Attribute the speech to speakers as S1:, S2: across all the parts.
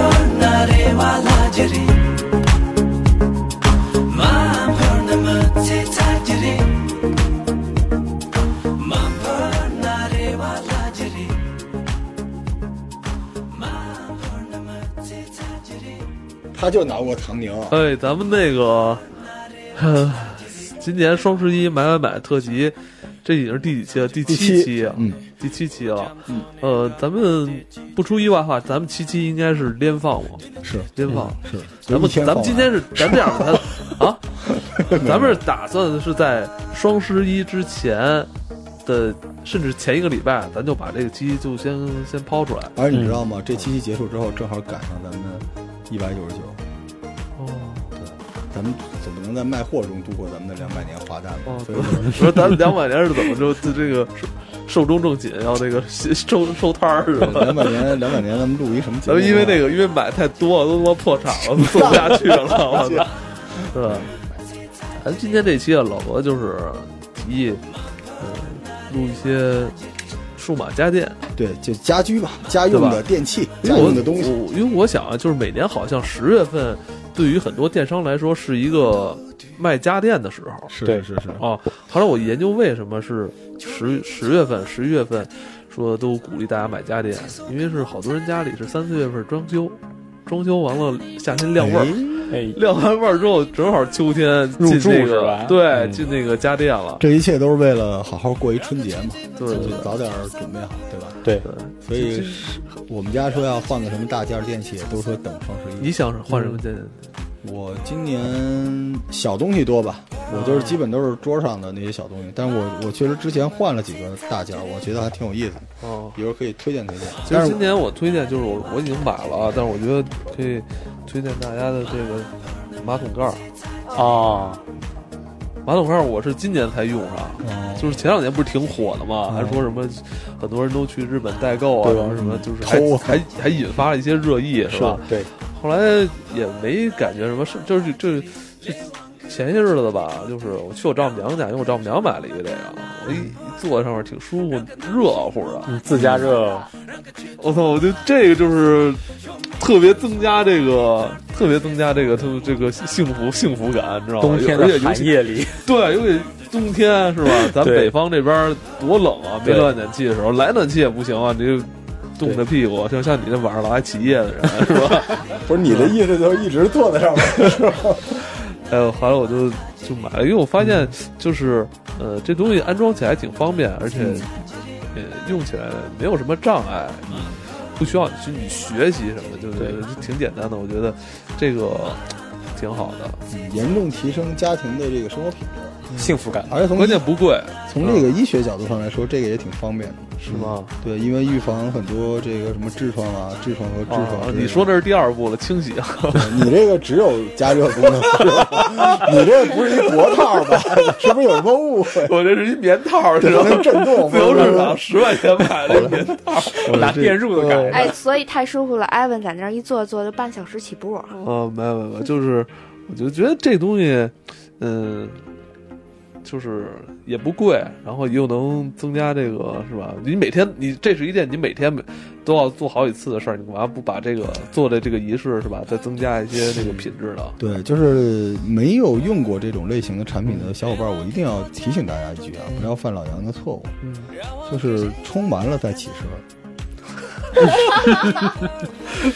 S1: माफोरनारे वाला जरे माफोरन मचे चाजरे माफोरनारे वाला जरे माफोरन मचे चाजरे
S2: 他就拿过唐宁，
S3: 哎，咱们那个， 呃，今年双十一买买买特辑，这已经是第几期了？第七期啊，
S2: 嗯，
S3: 第七期了。呃，咱们不出意外的话，咱们七期应该是连放嘛，
S2: 是
S3: 连放。
S2: 是，
S3: 咱
S2: 就
S3: 们
S2: 一嗯天啊
S3: 咱们今天是咱这样的，咱 啊，
S2: 放完
S3: 咱们是打算是在双十一之前的，甚至前一个礼拜，咱就把这个期就先先抛出来。
S2: 而你知道
S3: 嗯
S2: 吗？这七夕结束之后，正好赶上咱们一百九十九，
S3: 哦，
S2: 咱们总不能在卖货中度过咱们的两百年华诞吧？
S3: 哦，
S2: 所以
S3: 我说咱们两百年是怎么就就这个寿寿终正寝，要这个收收摊儿是 吧？
S2: 两百 年，两百年，咱们录一什么节
S3: 咱
S2: 目？
S3: 们因为那，个，因为买太多了，都他妈破产了，做不下去了，我操！是吧？咱今天这期啊，老罗就是提议，呃，录一些数码家电，
S2: 对，就家居吧，家用
S3: 对
S2: 的电器，
S3: 因
S2: 家
S3: 为我
S2: 用的东西，
S3: 我因为我想啊，就是每年好像十月份，对于很多电商来说是一个卖家电的时候。
S2: 是
S4: 对
S2: 是是，
S3: 哦，后来我研究为什么是十十月份、十一月份，说都鼓励大家买家电，因为是好多人家里是三四月份装修，装修完了夏天晾味儿，
S2: 哎
S4: 哎，
S3: 晾完味儿之后正好秋天
S4: 入
S3: 进
S4: 住
S3: 那
S4: 是
S3: 个
S4: 吧
S3: 对
S4: 嗯
S3: 进那个家电了，
S2: 这一切都是为了好好过一春节嘛，
S4: 嗯
S3: 对
S2: 就
S3: 对对
S2: 早点准备好，对吧？
S4: 对，
S3: 对。
S2: 所以是我们家说要换个什么大件儿电器，都说等双十一
S3: 你。想换什么家电？
S2: 我今年小东西多吧，我就是基本都是桌上的那些小东西，但是我我确实之前换了几个大件儿，我觉得还挺有意思的，
S4: 嗯
S3: 哦，
S2: 一会儿可以推荐推荐。
S3: 其
S2: 但
S3: 实
S2: 是
S3: 今年我推荐就是我我已经买了啊，但是我觉得可以推荐大家的这个马桶盖儿。啊
S4: 哦，
S3: 马桶盖儿我是今年才用上，
S2: 嗯
S3: 就是前两年不是挺火的嘛，还说什么很多人都去日本代购啊，
S4: 嗯对
S3: 什
S4: 吧
S3: 么什么，就是
S2: 偷
S3: 还
S2: 啊
S3: 还还引发了一些热议，是吧？
S4: 对，
S3: 后来也没感觉什么事，就是就是就前些日子吧，就是我去我丈母娘家，因为我丈母娘买了一个这个，我一一坐在上面挺舒服，热乎的，
S4: 嗯自家热，
S3: 哦我操！我觉得这个就是特别增加这个，特别增加这个，它这个幸福幸福感，你知道吗？
S4: 冬天
S3: 而且
S4: 的
S3: 尤
S4: 寒
S3: 其
S4: 夜里，
S3: 对，尤其冬天 是吧？咱
S4: 对
S3: 北方这边多冷啊，没
S4: 对
S3: 暖暖气的时候，来暖气也不行啊，你就冻着屁股，像像你这晚上老爱起夜的人啊是 吧？
S2: 不是你的意思就是一直坐在上面是吧？
S3: 哎呦，后来我就就买了，因为我发现就是呃，这东西安装起来挺方便，而且
S4: 嗯
S3: 呃用起来没有什么障碍，不需要去你学习什么，就是
S4: 对
S3: 就挺简单的。我觉得这个挺好的，
S2: 嗯严重提升家庭的这个生活品质，
S4: 幸福感，
S2: 而且从
S3: 关键不贵，
S2: 从这个医学角度上来说，这个也挺方便的。
S3: 是吗？
S2: 对，因为预防很多这个什么痔疮啊、痔疮和痔疮之类的、，
S3: 啊你说的是第二步了，清 洗啊，
S2: 你这个只有加热功能， 你这不是一脖套吧？ 是不是有什么误会？
S3: 我这是一棉套，
S2: 这
S3: 知道吗
S2: 能？震动？
S3: 自由市场十块钱买了一棉套，
S4: 我拿电褥子改
S5: 哎，所以太舒服了。艾文在那儿一坐坐就半小时起步，
S3: 哦，没有没有没有，就是我就觉得这东西，嗯，就是也不贵，然后又能增加这个是吧？你每天你这是一件你每天每都要做好几次的事儿，你干嘛不把这个做的这个仪式是吧？再增加一些这个品质呢？
S2: 对，就是没有用过这种类型的产品的小伙伴，我一定要提醒大家一句啊，不要犯老杨的错误，
S3: 嗯，
S2: 就是充完了再起身。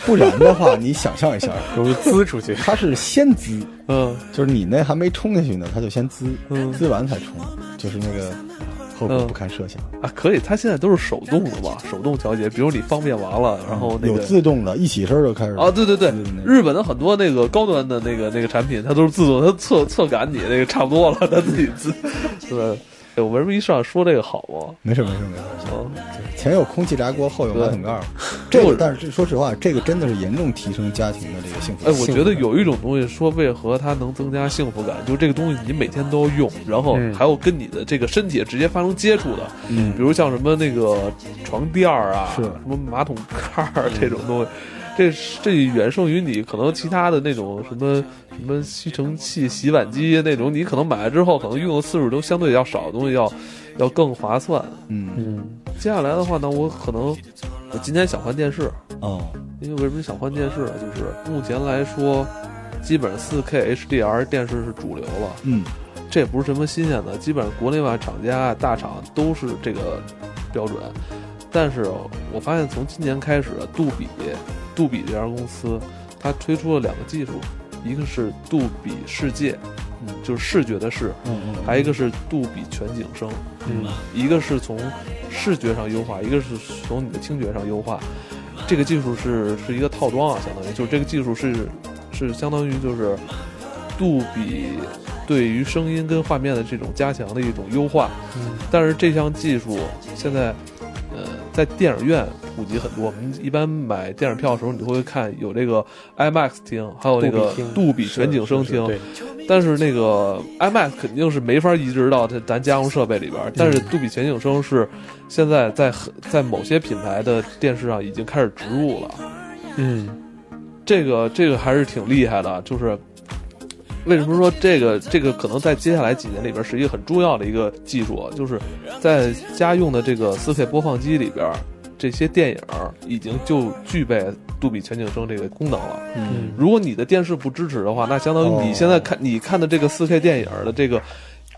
S2: 不然的话，你想象一下，
S4: 容易滋出去，
S2: 它是先滋，
S3: 嗯
S2: 就是你那还没冲下去呢，它就先滋，
S3: 嗯
S2: 滋完才冲，就是那个后果不堪设想。
S3: 啊，可以，它现在都是手动的嘛，手动调节，比如你方便完了，然后那
S2: 有
S3: 个。
S2: 自动的，一起身就开始
S3: 啊，对对对
S2: 自动那，个
S3: 日本的很多那个高端的那个那个产品，它都是自动，它测测感你那个差不多了，它自己自。 对，哎，我为什么一上来说这个好吗？
S2: 没事没事没事，
S3: 啊，
S2: 前有空气炸锅，后有马桶盖儿。这个，但是这说实话，这个真的是严重提升家庭的这个幸福
S3: 哎
S2: 感。，
S3: 我觉得有一种东西说为何它能增加幸福感，就这个东西你每天都要用，然后
S4: 嗯
S3: 还有跟你的这个身体直接发生接触的，
S2: 嗯
S3: 比如像什么那个床垫儿啊，
S2: 是
S3: 什么马桶盖儿这种东西。这这远胜于你可能其他的那种什么什么吸尘器、洗碗机那种，你可能买了之后，可能用的次数都相对要少的东西要要更划算。
S2: 嗯，
S4: 嗯，
S3: 接下来的话呢，我可能我今年想换电视，
S2: 哦，
S3: 因为为什么想换电视呢？啊就是目前来说，基本上 4K HDR 电视是主流了，
S2: 嗯，
S3: 这也不是什么新鲜的，基本上国内外厂家大厂都是这个标准。但是我发现从今年开始，杜比，杜比这家公司，它推出了两个技术，一个是杜比世界，
S2: 嗯
S3: 就是视觉的视，
S2: 嗯嗯，
S3: 还有一个是杜比全景声，
S4: 嗯，
S3: 一个是从视觉上优化，一个是从你的听觉上优化。这个技术是是一个套装啊，相当于就是这个技术是是相当于就是杜比对于声音跟画面的这种加强的一种优化。
S4: 嗯
S3: 但是这项技术现在呃在电影院普及很多。我们一般买电影票的时候，你会看有这个 IMAX 厅，还有那个
S4: 厅
S3: 杜比全景声
S4: 是是
S3: 厅。
S4: 对，
S3: 但是那个 IMAX 肯定是没法移植到这咱家用设备里边儿，但是杜比全景声是现在在很在某些品牌的电视上已经开始植入了，
S4: 嗯，
S3: 这个这个还是挺厉害的，就是。为什么说这个这个可能在接下来几年里边是一个很重要的一个技术，啊就是在家用的这个 4K 播放机里边，这些电影儿已经就具备杜比全景声这个功能了。
S4: 嗯
S3: 如果你的电视不支持的话，那相当
S4: 哦
S3: 于你现在看、你看的这个4 K 电影的这个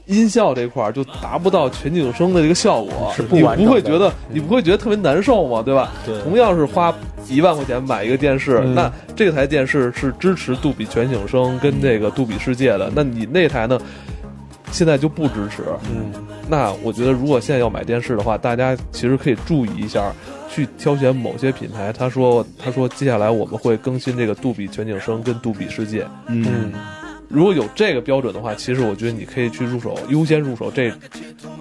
S3: 音效这块儿就达不到全景声的这个效果，
S4: 是不
S3: 你
S4: 完整
S3: 不
S4: 的
S3: 会觉得、
S4: 嗯
S3: 你不会觉得特别难受吗？对吧？
S2: 对
S3: 同样是花一万块钱买一个电视，
S4: 嗯
S3: 那这台电视是支持杜比全景声跟这个杜比世界的，那你那台呢？现在就不支持。
S4: 嗯，
S3: 那我觉得，如果现在要买电视的话，大家其实可以注意一下，去挑选某些品牌。他说，他说接下来我们会更新这个杜比全景声跟杜比世界。
S2: 嗯
S4: 嗯，
S3: 如果有这个标准的话，其实我觉得你可以去入手，优先入手这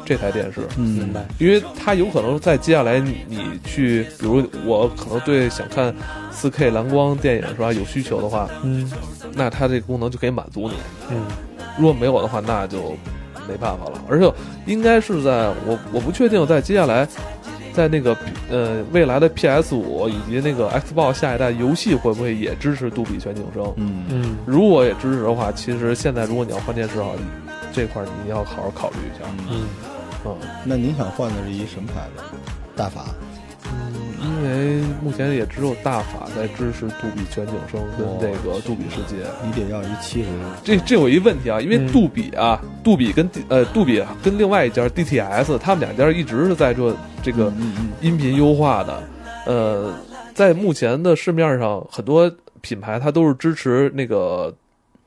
S3: 这台电视，
S2: 嗯，
S4: 明白，
S3: 因为它有可能在接下来你你去，比如我可能对想看 4K 蓝光电影是吧有需求的话，
S4: 嗯
S3: 那它这个功能就可以满足你。
S4: 嗯
S3: 如果没有的话，那就没办法了。而且应该是在我我不确定，在接下来，在那个呃未来的 PS 五以及那个 Xbox 下一代游戏会不会也支持杜比全景声？
S2: 嗯，
S4: 嗯，
S3: 如果也支持的话，其实现在如果你要换电视的话，这块儿你要好好考虑一下。
S4: 嗯
S3: 嗯，
S2: 那您想换的是一什么牌子？大法。
S3: 嗯因为目前也只有大法在支持杜比全景声跟这个杜比世界。
S2: 你得要一七十，
S3: 这这有一问题啊，因为
S4: 嗯
S3: 杜比啊，杜比跟 D- 呃杜比跟另外一家 DTS，他们两家一直是在做这个
S2: 嗯
S3: 音频优化的。呃，在目前的市面上，很多品牌它都是支持那个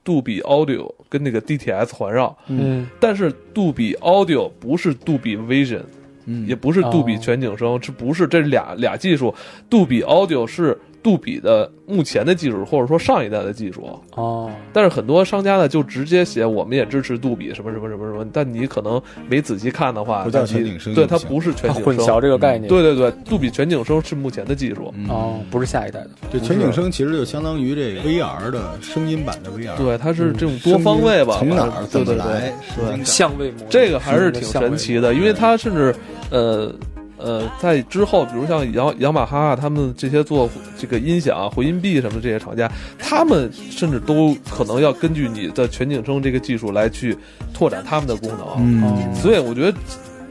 S3: 杜比 Audio 跟那个 DTS 环绕，
S4: 嗯
S3: 但是杜比 Audio 不是杜比 Vision，
S2: 嗯，
S3: 也不是杜比全景声，这不是这是俩俩技术。杜比 Audio 是杜比的目前的技术，或者说上一代的技术。
S4: 哦，
S3: 但是很多商家呢，就直接写我们也支持杜比什么什么什么什么，但你可能没仔细看的话，
S2: 不叫
S3: 它其
S2: 全景声
S3: 对
S2: 就
S3: 它
S2: 行
S3: 不是全
S4: 它
S3: 景
S4: 啊混
S3: 声嗯
S4: 淆。这个概念，
S3: 对对对，杜比全景声是目前的技术，
S2: 嗯
S4: 哦，，不是下一代的，
S2: 对，全景声其实就相当于这个 VR 的声音版的
S4: 嗯
S2: VR，，
S3: 对，它是这种多方位吧，
S2: 嗯从哪
S3: 反
S2: 儿
S3: 正
S2: 怎么
S3: 对对对
S2: 来，嗯对
S4: 相位模，
S3: 嗯这个还是挺神奇的，因为它甚至呃呃，在之后，比如像雅雅马哈啊他们这些做这个音响啊、回音壁什么这些厂家，他们甚至都可能要根据你的全景声这个技术来去拓展他们的功能。啊
S2: 嗯，
S3: 所以我觉得。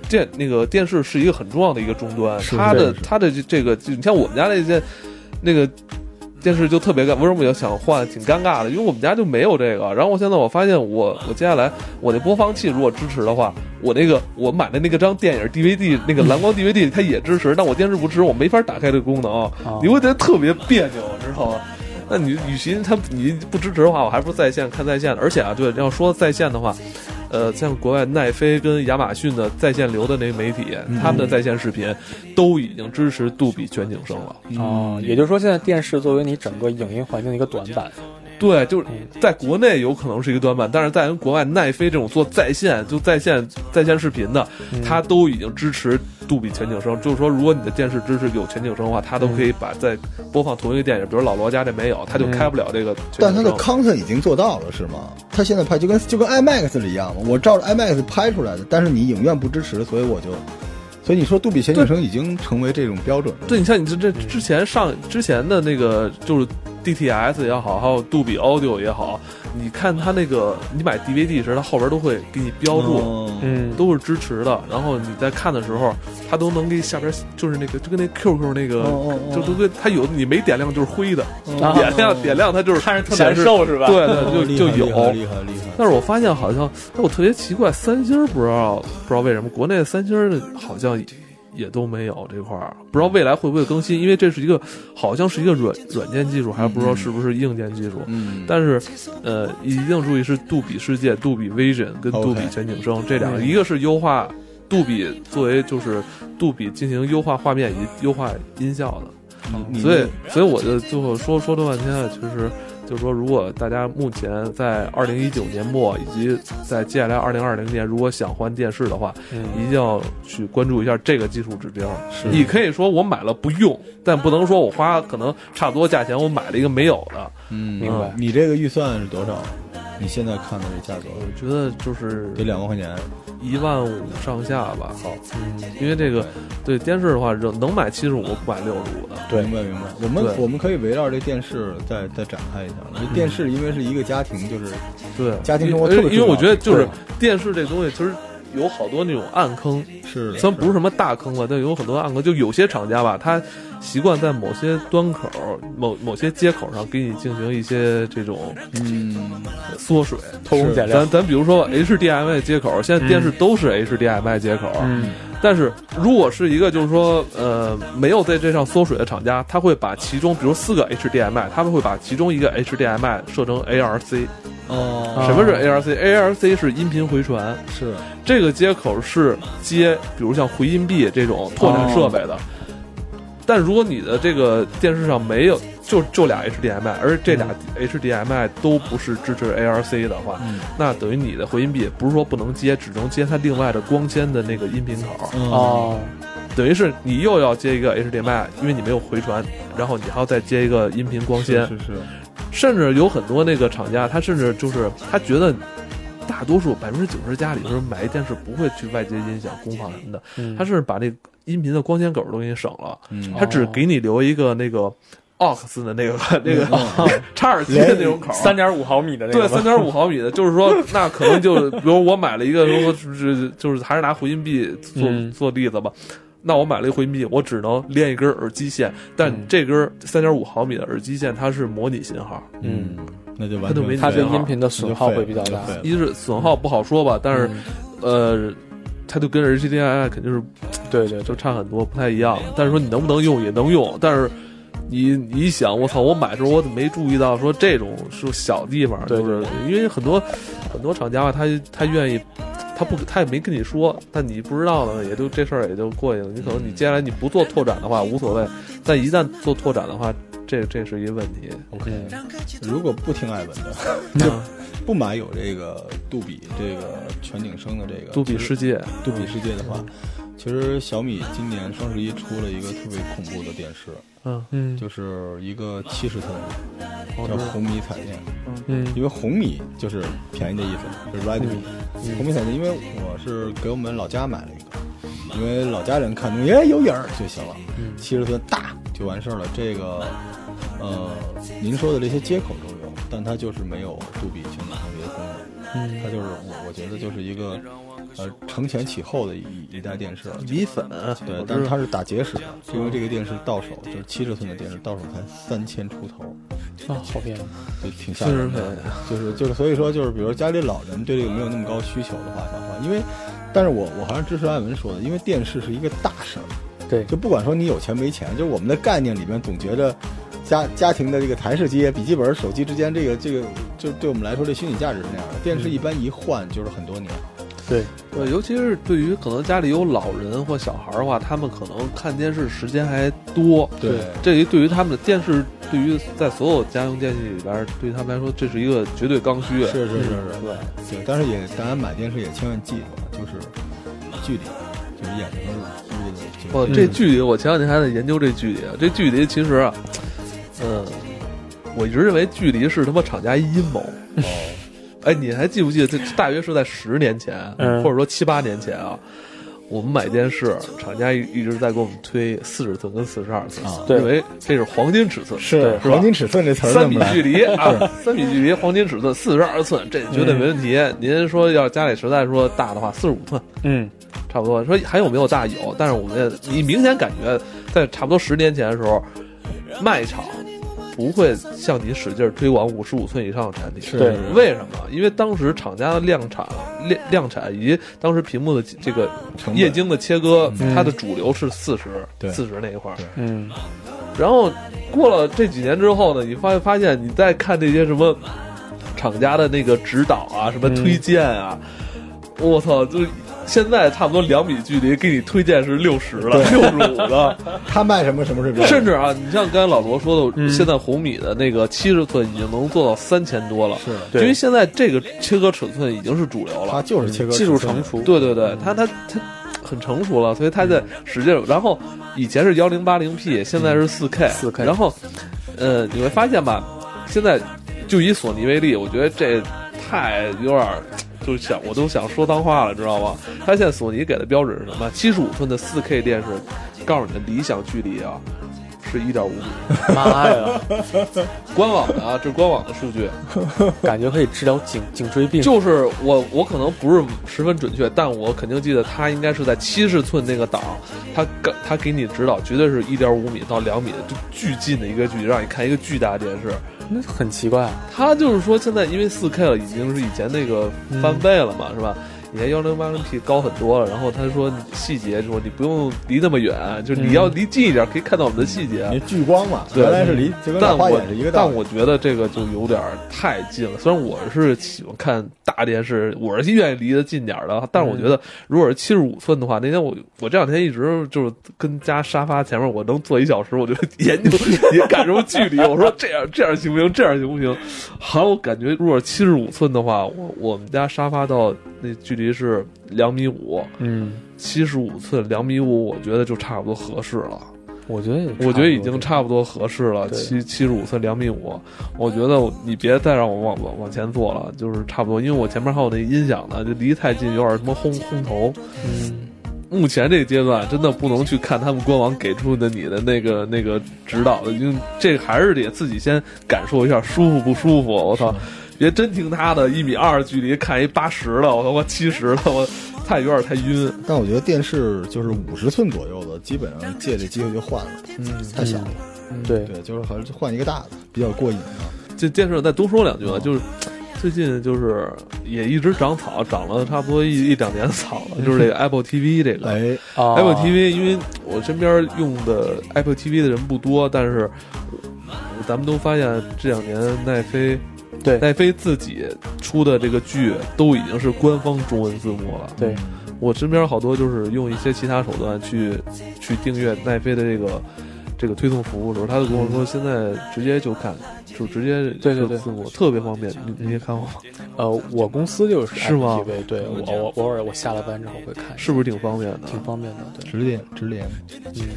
S3: 电那个电视是一个很重要的一个终端，
S2: 是
S3: 它的
S2: 是
S3: 它的这这个，就你像我们家那件那个电视就特别尴，为什么我要想换，挺尴尬的，因为我们家就没有这个。然后我现在我发现我我接下来我那播放器如果支持的话，我那个我买的那个张电影 DVD 那个蓝光 DVD 它也支持，但我电视不支持，我没法打开这个功能，
S4: 哦
S3: 你会觉得特别别扭，知道吗？ 那你与其它你不支持的话，我还不如在线看在线的。而且啊，对，要说在线的话，呃，像国外奈飞跟亚马逊的在线流的那个媒体，他们的在线视频都已经支持杜比全景声了。嗯
S4: 哦，也就是说，现在电视作为你整个影音环境的一个短板，
S3: 对，就是在国内有可能是一个短板，但是在人国外，奈飞这种做在线就在线在线视频的，
S4: 嗯
S3: 它都已经支持杜比全景声。就是说，如果你的电视支持有全景声的话，它都可以把在播放同一个电影，比如老罗家这没有，它就开不了这个全景声。
S2: 但它的 content 已经做到了，是吗？它现在拍就跟就跟 IMAX 是一样嘛，我照着 IMAX 拍出来的，但是你影院不支持，所以我就，所以你说杜比全景声已经成为这种标准了，
S3: 对你像你这这之前上之前的那个就是 DTS 也好，还有杜比 Audio 也好，你看它那个你买 DVD 时，它后边都会给你标注。
S2: 嗯，
S4: 嗯，
S3: 都是支持的，然后你在看的时候，它都能给下边就是那个就跟那 QQ 那个，
S2: 哦哦哦
S3: 就都跟它有你没点亮就是灰的，
S4: 啊
S3: 点亮点亮它就是
S4: 看着 特
S3: 显
S4: 难
S3: 示，
S4: 受是吧？
S3: 对
S2: 哦
S3: 对，
S2: 厉
S3: 就
S2: 害
S3: 就有。
S2: 厉害厉害厉害。
S3: 但是我发现好像，但我特别奇怪，三星儿不知道不知道为什么国内三星儿的好像也都没有这块儿，不知道未来会不会更新，因为这是一个好像是一个软软件技术，还不知道是不是硬件技术。
S2: 嗯，
S3: 但是，呃，一定注意是杜比世界、杜比 Vision 跟
S2: OK
S3: 杜比全景声这两个，
S4: 嗯
S3: 一个是优化杜比作为就是杜比进行优化画面以及优化音效的。
S2: 你
S3: 所以，所以我就最后说说了半天啊，其实就是说，如果大家目前在二零一九年末以及在接下来二零二零年，如果想换电视的话，一
S4: 嗯，
S3: 定要去关注一下这个技术指标。
S2: 是
S3: 你可以说我买了不用，但不能说我花可能差不多价钱我买了一个没有的。
S2: 嗯，
S4: 明白
S2: 你这个预算是多少？你现在看的这价格
S3: 我觉得就是
S2: 得两万块钱。
S3: 一万五上下吧，
S2: 好，
S3: 嗯因为这个对电视的话，能能买七十五不买六十五的。
S4: 对
S2: 明白明白。我们
S3: 对嗯
S2: 我们可以围绕这电视再再展开一下。我觉得电视因为是一个家庭，就是
S3: 对，
S2: 家庭生活
S3: 因为
S2: 特别重要
S3: 因为我觉得就是
S2: 对
S3: 电视这东西，其实有好多那种暗坑，
S2: 是
S3: 虽然不是什么大坑吧，但有很多暗坑。就有些厂家吧，他习惯在某些端口、某某些接口上给你进行一些这种
S2: 嗯
S3: 缩水。
S4: 偷工减料
S3: 咱，咱比如说 HDMI 接口，现在电视都是 HDMI 接口，
S4: 嗯，
S3: 但是如果是一个就是说呃没有在这上缩水的厂家，他会把其中比如四个 HDMI，他们会把其中一个 HDMI 设成 ARC。
S2: 哦
S4: 啊
S3: 什么是 ARC？ARC 嗯是音频回传，
S2: 是
S3: 这个接口是接比如像回音壁这种拓展设备的。但如果你的这个电视上没有，就就俩 HDMI，而这俩 HDMI 都不是支持 ARC 的话，
S2: 嗯
S3: 那等于你的回音壁不是说不能接，只能接它另外的光纤的那个音频口。
S4: 哦，
S3: 等于是你又要接一个 HDMI，因为你没有回传，然后你还要再接一个音频光纤，
S2: 是是
S3: 甚至有很多那个厂家，他甚至就是他觉得。大多数百分之九十家里头买一电视不会去外接音响、功放什么的，
S4: 嗯哦
S3: 他甚至把那音频的光纤口都给你省了，
S2: 嗯
S3: 他只给你留一个那个 aux 的那 个那个 插耳机的那种口，
S4: 嗯三点五毫米的那
S3: 对
S4: 个，
S3: 三，点五毫米的，就是说那可能就比如我买了一个，如果就是就是还是拿回音壁做
S4: 嗯
S3: 做例子吧。那我买了一个回音壁，我只能连一根耳机线，但
S4: 嗯
S3: 这根三点五毫米的耳机线它是模拟信号，
S2: 嗯
S4: 嗯，
S2: 那就
S3: 他
S2: 完
S3: 就没
S2: 全
S4: 它对
S3: 信号
S4: 音频的
S2: 那
S4: 损
S2: 就
S4: 耗
S2: 废
S4: 会
S2: 了
S4: 比较
S2: 就
S4: 大
S2: 废。了
S3: 一是损耗不好说吧，但是、
S2: 嗯
S3: 呃，它就跟 HDMI 哎肯定是
S4: 嗯对对
S3: 就
S4: 对，
S3: 差很多，不太一样。但是说你能不能用也能用，但是你你一想，我操，我买的时候我怎么没注意到说这种是小地方，
S4: 对
S3: 就是因为很多很多厂家吧，他他愿意。他不，他也没跟你说，但你不知道呢，也就这事儿也就过去了。你可能你接下来你不做拓展的话无所谓，但一旦做拓展的话，这这是一个问题。
S4: OK，
S2: 如果不听艾文的，就不买有这个杜比这个全景声的这个
S3: 杜比
S2: 其
S3: 世
S2: 实
S3: 界，
S2: 杜比世界的话，其实小米今年双十一出了一个特别恐怖的电视，
S3: 嗯，
S4: 嗯哦
S2: 就是一个七十寸
S3: 我
S2: 叫
S3: 知道
S2: 红米彩电，
S4: 嗯
S2: 因为红米就是便宜的意思，就是 Redmi、红米
S4: 嗯
S2: 彩电，因为我是给我们老家买了一个，因为老家人看东西，哎，有影儿就行了，
S4: 嗯
S2: 七十寸大就完事儿了。这个，呃，您说的这些接口都有，但它就是没有杜比全景声这些功能，
S4: 嗯
S2: 它就是我我觉得就是一个，呃，承前启后的一一代电视。
S3: 米粉，啊
S2: 对
S3: 我，
S2: 但
S3: 知
S2: 是
S3: 道
S2: 它是打结实的，因为这个电视到手就是七十寸的电视到手才三千出头，
S4: 啊，好便宜，
S2: 就挺吓
S3: 新
S2: 人
S3: 人
S2: 的
S3: 粉。，啊
S2: 就是就是，所以说就是，比如家里老人对这个没有那么高需求的话，想换，因为，但是我我还是支持艾文说的，因为电视是一个大事儿，
S4: 对，
S2: 就不管说你有钱没钱，就是我们的概念里面总觉着家家庭的这个台式机、啊笔记本、手机之间这个这个，就对我们来说这虚拟价值是那样的。电视一般一换就是很多年，
S4: 对，
S3: 对，尤其是对于可能家里有老人或小孩儿的话，他们可能看电视时间还多。
S2: 对
S3: 这对于他们的电视，对于在所有家用电器里边儿，对于他们来说，这是一个绝对刚需。啊
S2: 是是是是，
S3: 对，
S2: 对，但是也大家买电视也千万记住，就是距离，就是眼睛的距离的距离。
S3: 哦，这距离，我前两天还在研究这距离。这距离其实啊，嗯，我一直认为距离是他妈厂家一阴谋。
S2: 哦，
S3: 哎，你还记不记得这大约是在十年前，
S4: 嗯
S3: 或者说七八年前啊？我们买电视，厂家一一直在给我们推四十寸跟四十二寸
S2: 啊，
S4: 对
S3: 认为这是黄金尺寸，
S2: 是
S3: 是吧
S2: 黄金尺寸这词儿
S3: 三
S2: 怎
S3: 米
S2: 么来
S3: 距？离啊，三米距离，黄金尺寸，四十二寸，这绝对没问题。
S2: 嗯
S3: 您说要家里实在说大的话，四十五寸
S4: 嗯，
S3: 差不多。说还有没有大有，但是我们也你明显感觉在差不多十年前的时候，卖场不会向你使劲推广五十五寸以上的产品。
S2: 是
S4: 对
S3: 为什么？因为当时厂家的量产、量量产以及当时屏幕的这个
S2: 成本
S3: 液晶的切割，
S4: 嗯
S3: 它的主流是四十、
S2: 对
S3: 四十那一块儿
S2: 对。
S4: 嗯，
S3: 然后过了这几年之后呢，你发发现你再看这些什么厂家的那个指导啊，什么推荐啊，我操，就是现在差不多两米距离给你推荐是六十了，六十五 了，
S2: 他卖什么什么水平？
S3: 甚至啊，你像刚才老罗说的，
S4: 嗯
S3: 现在红米的那个七十寸已经能做到三千多了，
S2: 是
S3: 因为
S4: 对，
S3: 现在这个切割尺寸已经是主流了
S2: 他，就是切割
S4: 技术
S2: 尺寸
S4: 成熟，
S3: 对对对，它它它很成熟了，所以它在使劲儿。然后以前是幺零八零 P，现
S4: 嗯
S3: 在是四 K，
S4: 4K
S3: 然后，呃，你会发现吧，现在就以索尼为例，我觉得这太有点儿。就是想，我都想说脏话了，知道吗？它现在索尼给的标准是什么？七十五寸的四 K 电视，告诉你的理想距离啊，是一点五米。
S4: 妈呀，
S3: 官网的啊，这是官网的数据。
S4: 感觉可以治疗颈颈椎 病。
S3: 就是我，我可能不是十分准确，但我肯定记得它应该是在七十寸那个档，它给它给你指导，绝对是一点五米到两米的，就巨近的一个距离，让你看一个巨大的电视。
S4: 那很奇怪啊，
S3: 它就是说，现在因为四 K 了，已经是以前那个翻倍了嘛，是吧？以前幺零八零 P 高很多了，然后他说细节说你不用离那么远，就是你要离近一点，可以看到我们的细节。
S2: 你聚光嘛，
S3: 对嗯
S2: 原来是离就跟
S3: 但
S2: 老花
S3: 我
S2: 眼是一个道
S3: 但
S2: 理。
S3: 我觉得这个就有点儿太近了。虽然我是喜欢看大电视，我是愿意离得近点儿的，但是我
S2: 嗯
S3: 觉得如果是七十五寸的话，那天我我这两天一直就是跟家沙发前面，我能坐一小时，我就 研究也感受距离。我说这样这样行不行？这样行不行？好像我感觉如果七十五寸的话，我我们家沙发到那距离是两米五，
S4: 嗯，
S3: 七十五寸两米五，我觉得就差不多合适了。
S4: 我觉得也差不多，
S3: 我觉得已经差不多合适了，
S4: 对
S3: 七七十五寸两米五，我觉得我你别再让我往往往前坐了，就是差不多，因为我前面还有那音响呢，就离太近有点他妈轰轰头。
S4: 嗯，
S3: 目前这个阶段真的不能去看他们官网给出的你的那个那个指导的，因为这还是得自己先感受一下舒服不舒服。我操，别真听他的，一米二距离看一八十的，我他妈七十的，我太有点太晕。
S2: 但我觉得电视就是五十寸左右的，基本上借这机会就换了，
S3: 嗯，
S2: 太小了。
S4: 对，
S2: 对，就是还是换一个大的，比较过瘾啊。
S3: 这电视再多说两句吧，就是最近就是也一直长草，长了差不多一一两年草了，就是这个 Apple TV 这个。
S2: 哎，
S4: 啊
S3: Apple TV，因为我身边用的 Apple TV 的人不多，但是咱们都发现这两年奈飞
S4: 对
S3: 奈飞自己出的这个剧都已经是官方中文字幕了。
S4: 对，
S3: 我身边好多就是用一些其他手段去去订阅奈飞的这个这个推送服务的时候，他就跟我说，现在直接就看，就直接
S4: 对对对
S3: 字幕特别方便。你你也看过吗？
S4: 呃，我公司就是
S3: 是吗
S4: Apple TV，对我我偶尔我下了班之后会看，
S3: 是不是挺方便的？
S4: 挺方便的，对，
S2: 直连直连，
S4: 嗯，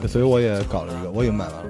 S3: 对，
S2: 所以我也搞了一个，我已经买完了，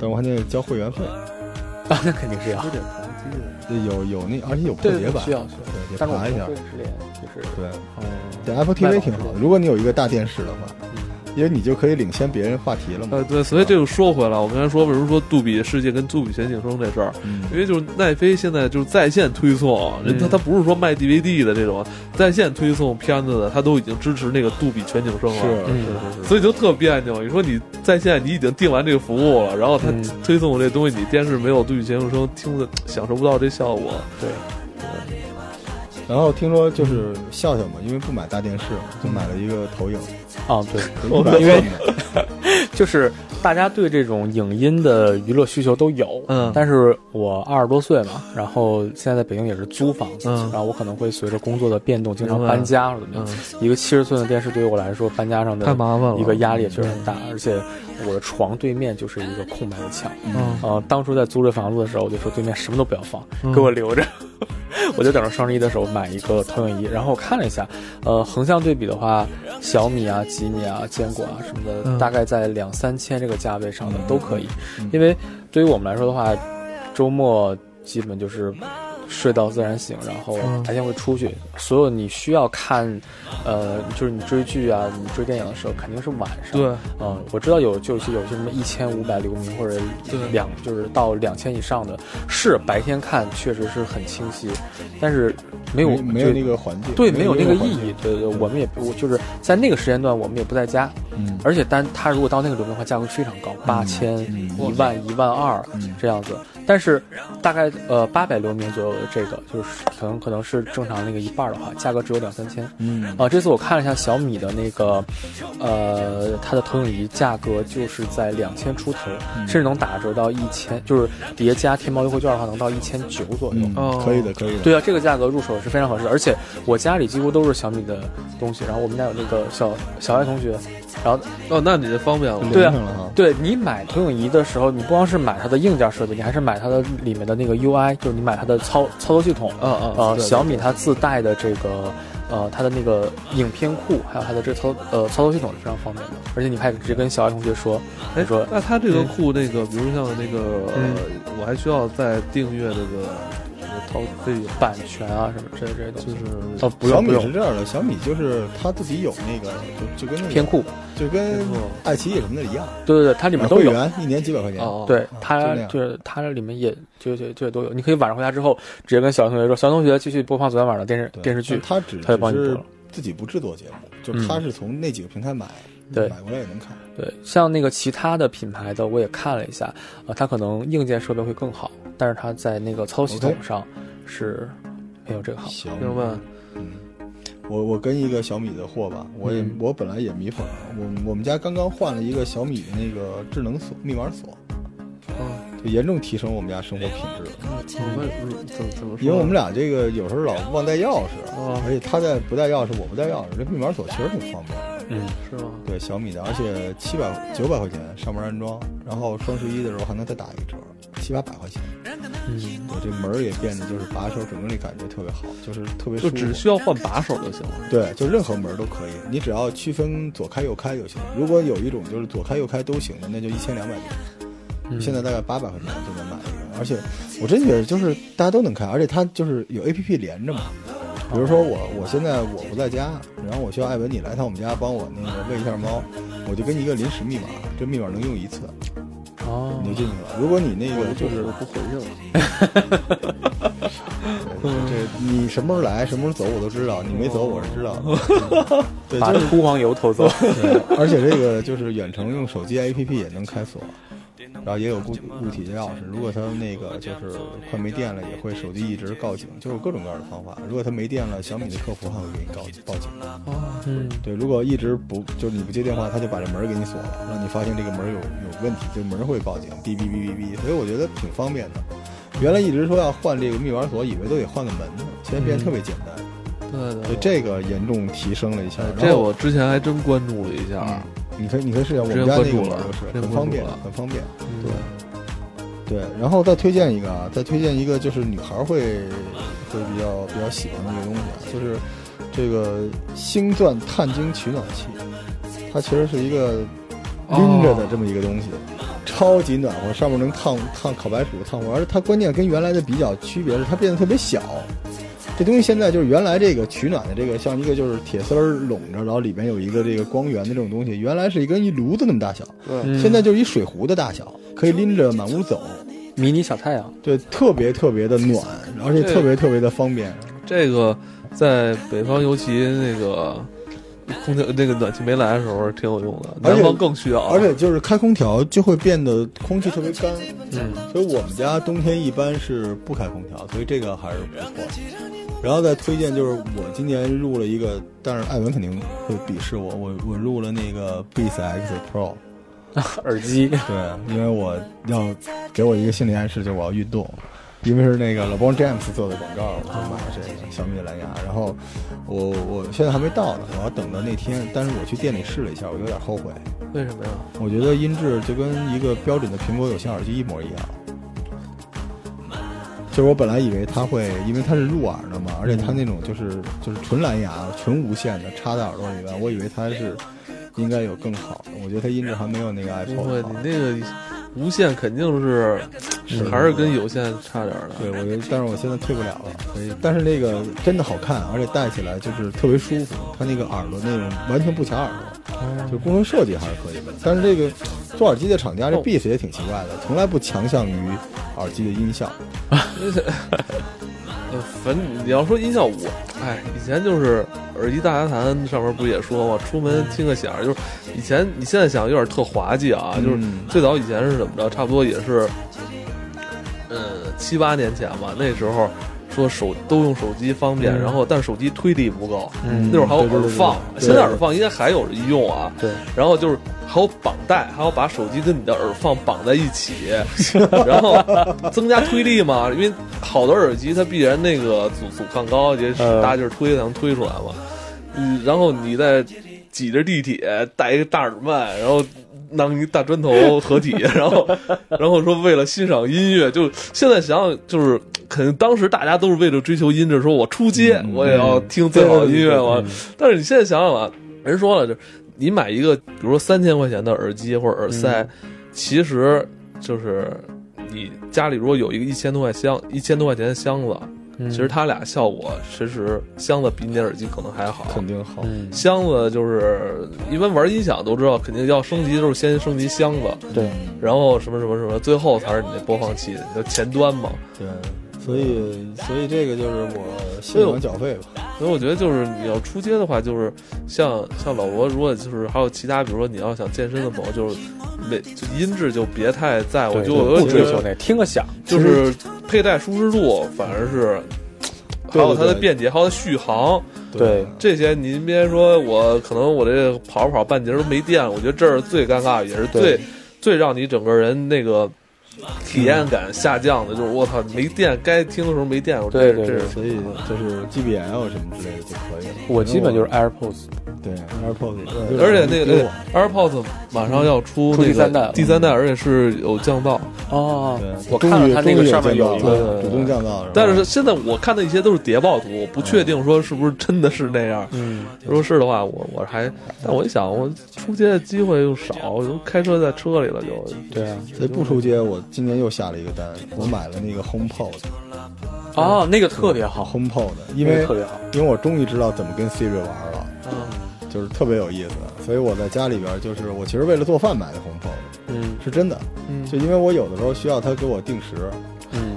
S2: 但我还得交会员费，
S4: 啊，那肯定是要，
S3: 有点残疾的。
S2: 有有那而且有破
S4: 对，
S2: 解版，
S4: 需要需要，
S2: 对，得
S4: 但是我
S2: 查一下
S4: 不。会连，就是
S2: 对，
S3: 啊
S4: 哦，
S2: 对 Apple
S4: 卖
S2: TV
S4: 老
S2: 挺
S4: 师
S2: 好的，如果你有一个大电视的话，
S4: 嗯
S2: 因为你就可以领先别人话题了嘛。
S3: 呃，对，所以这就说回来，我刚才说为什么说杜比世界跟杜比全景声这事儿，
S4: 呃
S2: 嗯，
S3: 因为就是奈飞现在就是在线推送，人他
S4: 嗯
S3: 他不是说卖 DVD 的这种，在线推送片子的，他都已经支持那个杜比全景声了。
S2: 是
S4: 嗯
S2: 是是是，
S3: 所以就特别扭。你说你在线你已经订完这个服务了，然后他
S4: 嗯
S3: 推送这东西，你电视没有对比全景声，听的享受不到这效果。
S4: 对，
S2: 然后听说就是笑笑嘛，因为不买大电视嘛，就买了一个投影，
S4: 啊，对，
S2: 就100
S4: 因为
S2: 寸的
S4: 就是大家对这种影音的娱乐需求都有，
S3: 嗯
S4: 但是我二十多岁嘛，然后现在在北京也是租房子，
S3: 嗯
S4: 然后我可能会随着工作的变动，经常
S3: 明白
S4: 搬家或者怎么样。
S3: 嗯，
S4: 一个七十寸的电视对于我来说，搬家上
S3: 太
S4: 的
S3: 麻烦了。嗯
S4: 一个压力也确实很大，而且我的床对面就是一个空白的墙。
S3: 嗯，
S4: 呃，当初在租这房子的时候，我就说对面什么都不要放，
S3: 嗯
S4: 给我留着， 我就等着双十一的时候买一个投影仪。然后我看了一下，呃，横向对比的话，小米啊、吉米啊、坚果啊什么的，
S3: 嗯
S4: 大概在两三千这个价位上的
S2: 嗯
S4: 都可以
S2: 嗯，
S4: 因为对于我们来说的话，周末基本就是。睡到自然醒，然后白天会出去。所有你需要看，呃，就是你追剧啊，你追电影的时候，肯定是晚上。
S3: 对，
S4: 嗯，我知道有就是有些什么一千五百流明或者两就是到两千以上的，是白天看确实是很清晰，但是没有
S2: 没没有
S4: 就
S2: 那个环境，
S4: 对没有那个
S2: 环
S4: 意
S2: 境，
S4: 义。对对，对我们也不我就是在那个时间段我们也不在家，
S2: 嗯，
S4: 而且单它如果到那个流明的话，价格非常高，八千、一万、一万二
S2: 嗯
S4: 这样子。但是大概呃八百流明左右的这个，就是可能可能是正常那个一半儿的话，价格只有两三千。
S2: 嗯
S4: 啊，这次我看了一下小米的那个，呃，它的投影仪价格就是在两千出头，甚至能打折到一千，就是叠加天猫优惠券的话，能到一千九左右。
S2: 嗯
S3: 哦，
S2: 可以的，可以的，
S4: 对啊，这个价格入手是非常合适的，而且我家里几乎都是小米的东西，然后我们家有那个小小爱同学，然后
S3: 哦，那你这方便了。
S4: 对啊
S2: 连上了哈，
S4: 对你买投影仪的时候，你不光是买它的硬件设备，你还是买它的里面的那个 UI，就是你买它的操操作系统。
S3: 啊啊
S4: 呃，
S3: 对
S4: 小米它自带的这个呃它的那个影片库，还有它的这操呃操作系统是非常方便的，而且你还可以直接跟小爱同学说，
S3: 哎
S4: 你说，
S3: 那它这个库那个，比如像那个，呃我还需要再订阅这个这个掏费用，
S4: 版权啊什么之类这些东
S3: 就
S4: 西。
S3: 是
S4: 哦，不
S2: 小
S4: 用不
S2: 米是
S4: 用，
S2: 这样的，小米就是它自己有那个，就就跟那个
S4: 片库，
S2: 就跟
S3: 片库
S2: 爱奇艺什么的一样，
S4: 对对对，它里面
S2: 买
S4: 都
S2: 啊会
S4: 有。
S2: 员一年几百块钱，
S3: 哦哦，哦，
S4: 对
S2: 就
S4: 它
S2: 那样
S4: 就是它这里面也就就就都有，你可以晚上回家之后直接跟小爱同学说，小爱同学继续播放昨天晚上的电视
S2: 对
S4: 电视剧
S2: 但，它只
S4: 它就帮你
S2: 只
S4: 播
S2: 是
S4: 了嗯
S2: 自己不制作节目，就是它是从那几个平台买，
S4: 对
S2: 买过来也能看，
S4: 对，像那个其他的品牌的我也看了一下，呃，它可能硬件设备会更好，但是它在那个操作系统
S2: OK
S4: 上是没有这个好。
S2: 行，
S3: 明白。
S2: 我我跟一个小米的货吧，我也、
S4: 嗯
S2: 我本来也迷粉了，我我们家刚刚换了一个小米的那个智能锁密码锁，
S3: 哦，
S2: 就严重提升我们家生活品质了。
S3: 我们嗯怎么怎
S4: 哎
S3: 么说？
S2: 因为我们俩这个有时候老忘带钥匙，啊
S3: 哦
S2: 而且他带不带钥匙，我不带钥匙，这密码锁其实挺方便的。
S4: 嗯，
S3: 是吗？
S2: 对小米的，而且七百九百块钱上门安装，然后双十一的时候还能再打一个折，七八百块钱。
S4: 嗯，
S2: 我这门儿也变得就是把手整个那感觉特别好，就是特别舒
S3: 就
S2: 服。
S3: 只需要换把手就行了。
S2: 对，就任何门儿都可以，你只要区分左开右开就行。如果有一种就是左开右开都行的，那就一千两百多。
S4: 嗯
S2: 现在大概八百块钱就能买一个，而且我真觉得就是大家都能开，而且它就是有 A P P 连着嘛。比如说我我现在我不在家，然后我需要艾文你来趟我们家帮我那个喂一下猫，我就给你一个临时密码，这密码能用一次，
S4: 哦
S2: 你就进去了。如果你那个就是
S3: 我不回去了。
S2: 这嗯你什么时候来什么时候走我都知道，你没走我是知道 的。对，
S4: 把
S2: 就是
S4: 秃黄 油偷走。
S2: 对，而且这个就是远程用手机 APP 也能开锁，然后也有固固体的钥匙。如果它那个就是快没电了，也会手机一直告警，就是有各种各样的方法。如果它没电了，小米的客服还会给你告报警。
S4: 嗯，
S2: 对，如果一直不就是你不接电话，他就把这门儿给你锁了，让你发现这个门儿有有问题，这门儿会报警，哔哔哔哔哔。所以我觉得挺方便的。原来一直说要换这个密码锁，以为都得换个门呢，现在变得特别简单。
S3: 对
S2: 所
S3: 对
S2: 以，这个严重提升了一下
S3: 嗯哎。
S2: 然
S3: 这
S2: 后嗯
S3: 我之前还真关注了一下。啊
S2: 你可以你可以试一下，我
S3: 直接
S2: 们家那
S3: 关
S2: 个
S3: 注
S2: 门
S3: 了
S2: 儿就是
S3: 直
S2: 很
S3: 接关
S2: 方
S3: 注
S2: 便
S3: 了，嗯
S2: 很方便。
S3: 对，
S2: 对，然后再推荐一个啊，再推荐一个就是女孩儿会会比较比较喜欢的一个东西啊，就是这个星钻探晶取暖器，它其实是一个拎着的这么一个东西，超级暖和，上面能烫烫烤白薯、烫火，而且它关键跟原来的比较区别是它变得特别小。这东西现在就是原来这个取暖的这个像一个就是铁丝儿拢着，然后里边有一个这个光源的这种东西，原来是一跟一炉子那么大小，
S4: 嗯
S2: 现在就是一水壶的大小，可以拎着满屋走。
S4: 迷你小太阳。
S2: 对，特别特别的暖，而且特别特别的方便。
S3: 这个在北方，尤其那个空调那个暖气没来的时候挺有用的，
S2: 而且
S3: 南方更需要。啊
S2: 而且就是开空调就会变得空气特别干，
S4: 嗯，
S2: 所以我们家冬天一般是不开空调，所以这个还是不错。然后再推荐就是我今年入了一个，但是艾文肯定会鄙视我，我我入了那个 Beats X Pro，
S4: 耳机。
S2: 对，因为我要给我一个心理暗示，就是我要运动，因为是那个 LeBron James 做的广告，我就买了这个小米的蓝牙。然后我我现在还没到呢，我要等到那天。但是我去店里试了一下，我有点后悔，
S3: 为什么呀？
S2: 我觉得音质就跟一个标准的苹果有线耳机一模一样。就是我本来以为它会，因为它是入耳的嘛，而且它那种就是就是纯蓝牙、纯无线的插在耳朵里边，我以为它是应该有更好的。我觉得它音质还没有那个
S3: 不会
S2: iPod 好。，
S3: 你那个无线肯定是
S2: 是
S3: 还是跟有线差点儿的。
S2: 对，我觉得，但是我现在退不了了。所以，但是那个真的好看，而且戴起来就是特别舒服。它那个耳朵那种完全不卡耳朵，就工程设计还是可以的。但是这个做耳机的厂家这 Beats 也挺奇怪的，从来不强项于耳机的音效。
S3: 呃，反正你要说音效，我哎，以前就是耳机大家谈上面不是也说嘛，出
S2: 嗯
S3: 门听个响儿，就是以前你现在想有点特滑稽啊，就是
S2: 嗯
S3: 最早以前是怎么着，差不多也是，呃，七八年前吧，那时候说手都用手机方便，
S4: 嗯
S3: 然后但手机推力不够，
S4: 嗯
S3: 那会儿还有
S2: 对对
S3: 耳
S2: 对
S3: 放，
S2: 对对
S3: 现在耳放应该还有用啊，
S4: 对，
S3: 然后就是还有绑带，还有把手机跟你的耳放绑在一起，然后增加推力嘛，因为好的耳机它必然那个阻阻抗高，也是
S4: 嗯
S3: 大劲儿推才能推出来嘛。嗯，然后你再挤着地铁戴一个大耳麦，然后。弄一大砖头合体，然后，然后说为了欣赏音乐，就现在想想，就是肯定当时大家都是为了追求音质，说我出街、
S2: 嗯
S3: 我也要听最好的音乐嗯嘛。但是你现在想想啊，人说了，就是你买一个，比如说三千块钱的耳机或者耳塞，其实就是你家里如果有一个一千多块箱、一千多块钱的箱子，
S4: 嗯
S3: 其实它俩效果，其实箱子比你的耳机可能还好。
S2: 肯定好。
S4: 嗯，
S3: 箱子就是一般玩音响都知道，肯定要升级，就是先升级箱子，
S4: 对，
S2: 嗯
S3: 然后什么什么什么，最后才是你的播放器，你的前端嘛。
S2: 对，所以所以这个就是我信仰缴费吧。
S3: 所以我觉得就是你要出街的话，就是像像老罗，如果就是还有其他，比如说你要想健身的朋友，就是没就音质就别太在乎，
S4: 对
S3: 就
S4: 不
S3: 我觉
S4: 追求
S3: 得
S4: 那，听个响，
S3: 就是佩戴舒适度，反而是。还
S2: 对
S3: 有它的
S2: 对
S3: 便捷，还有它的续航，
S4: 对
S3: 这些您别说，我可能我这跑着跑半截儿都没电了，我觉得这是最尴尬，也是最
S4: 对
S3: 最让你整个人那个体验感下降的，就是我操没电，该听的时候没电，我这
S4: 对对
S3: 这是
S2: 所以就是 GBL 什么之类的就可以了。
S4: 我基本就是
S2: 嗯
S4: AirPods，
S2: 对 AirPods，
S3: 而且
S2: 给
S3: 那个
S2: 我
S3: AirPods 马上要出
S4: 出
S3: 那个
S4: 第三代了
S3: 第三代，而且是有降噪。
S4: 哦
S2: 对，
S4: 我看了它那个上面有
S2: 有
S4: 一个，
S2: 主动降噪，
S3: 但是现在我看的一些都是谍报图，我不确定说是不是真的是那样。
S4: 嗯，
S3: 如果是的话，我我还，但我一想，我出街的机会又少，我就开车在车里了就，
S4: 对啊，
S2: 所以不出街，我今年又下了一个单，我买了那个 HomePod 啊
S4: 哦，那个特别好，
S2: HomePod，因嗯
S4: 那
S2: 为嗯
S4: 个特别好，
S2: 因为我终于知道怎么跟 Siri 玩了，就是特别有意思。所以我在家里边就是我其实为了做饭买的 HomePod，
S4: 嗯
S2: 是真的，
S3: 嗯，
S2: 就因为我有的时候需要它给我定时。
S4: 嗯，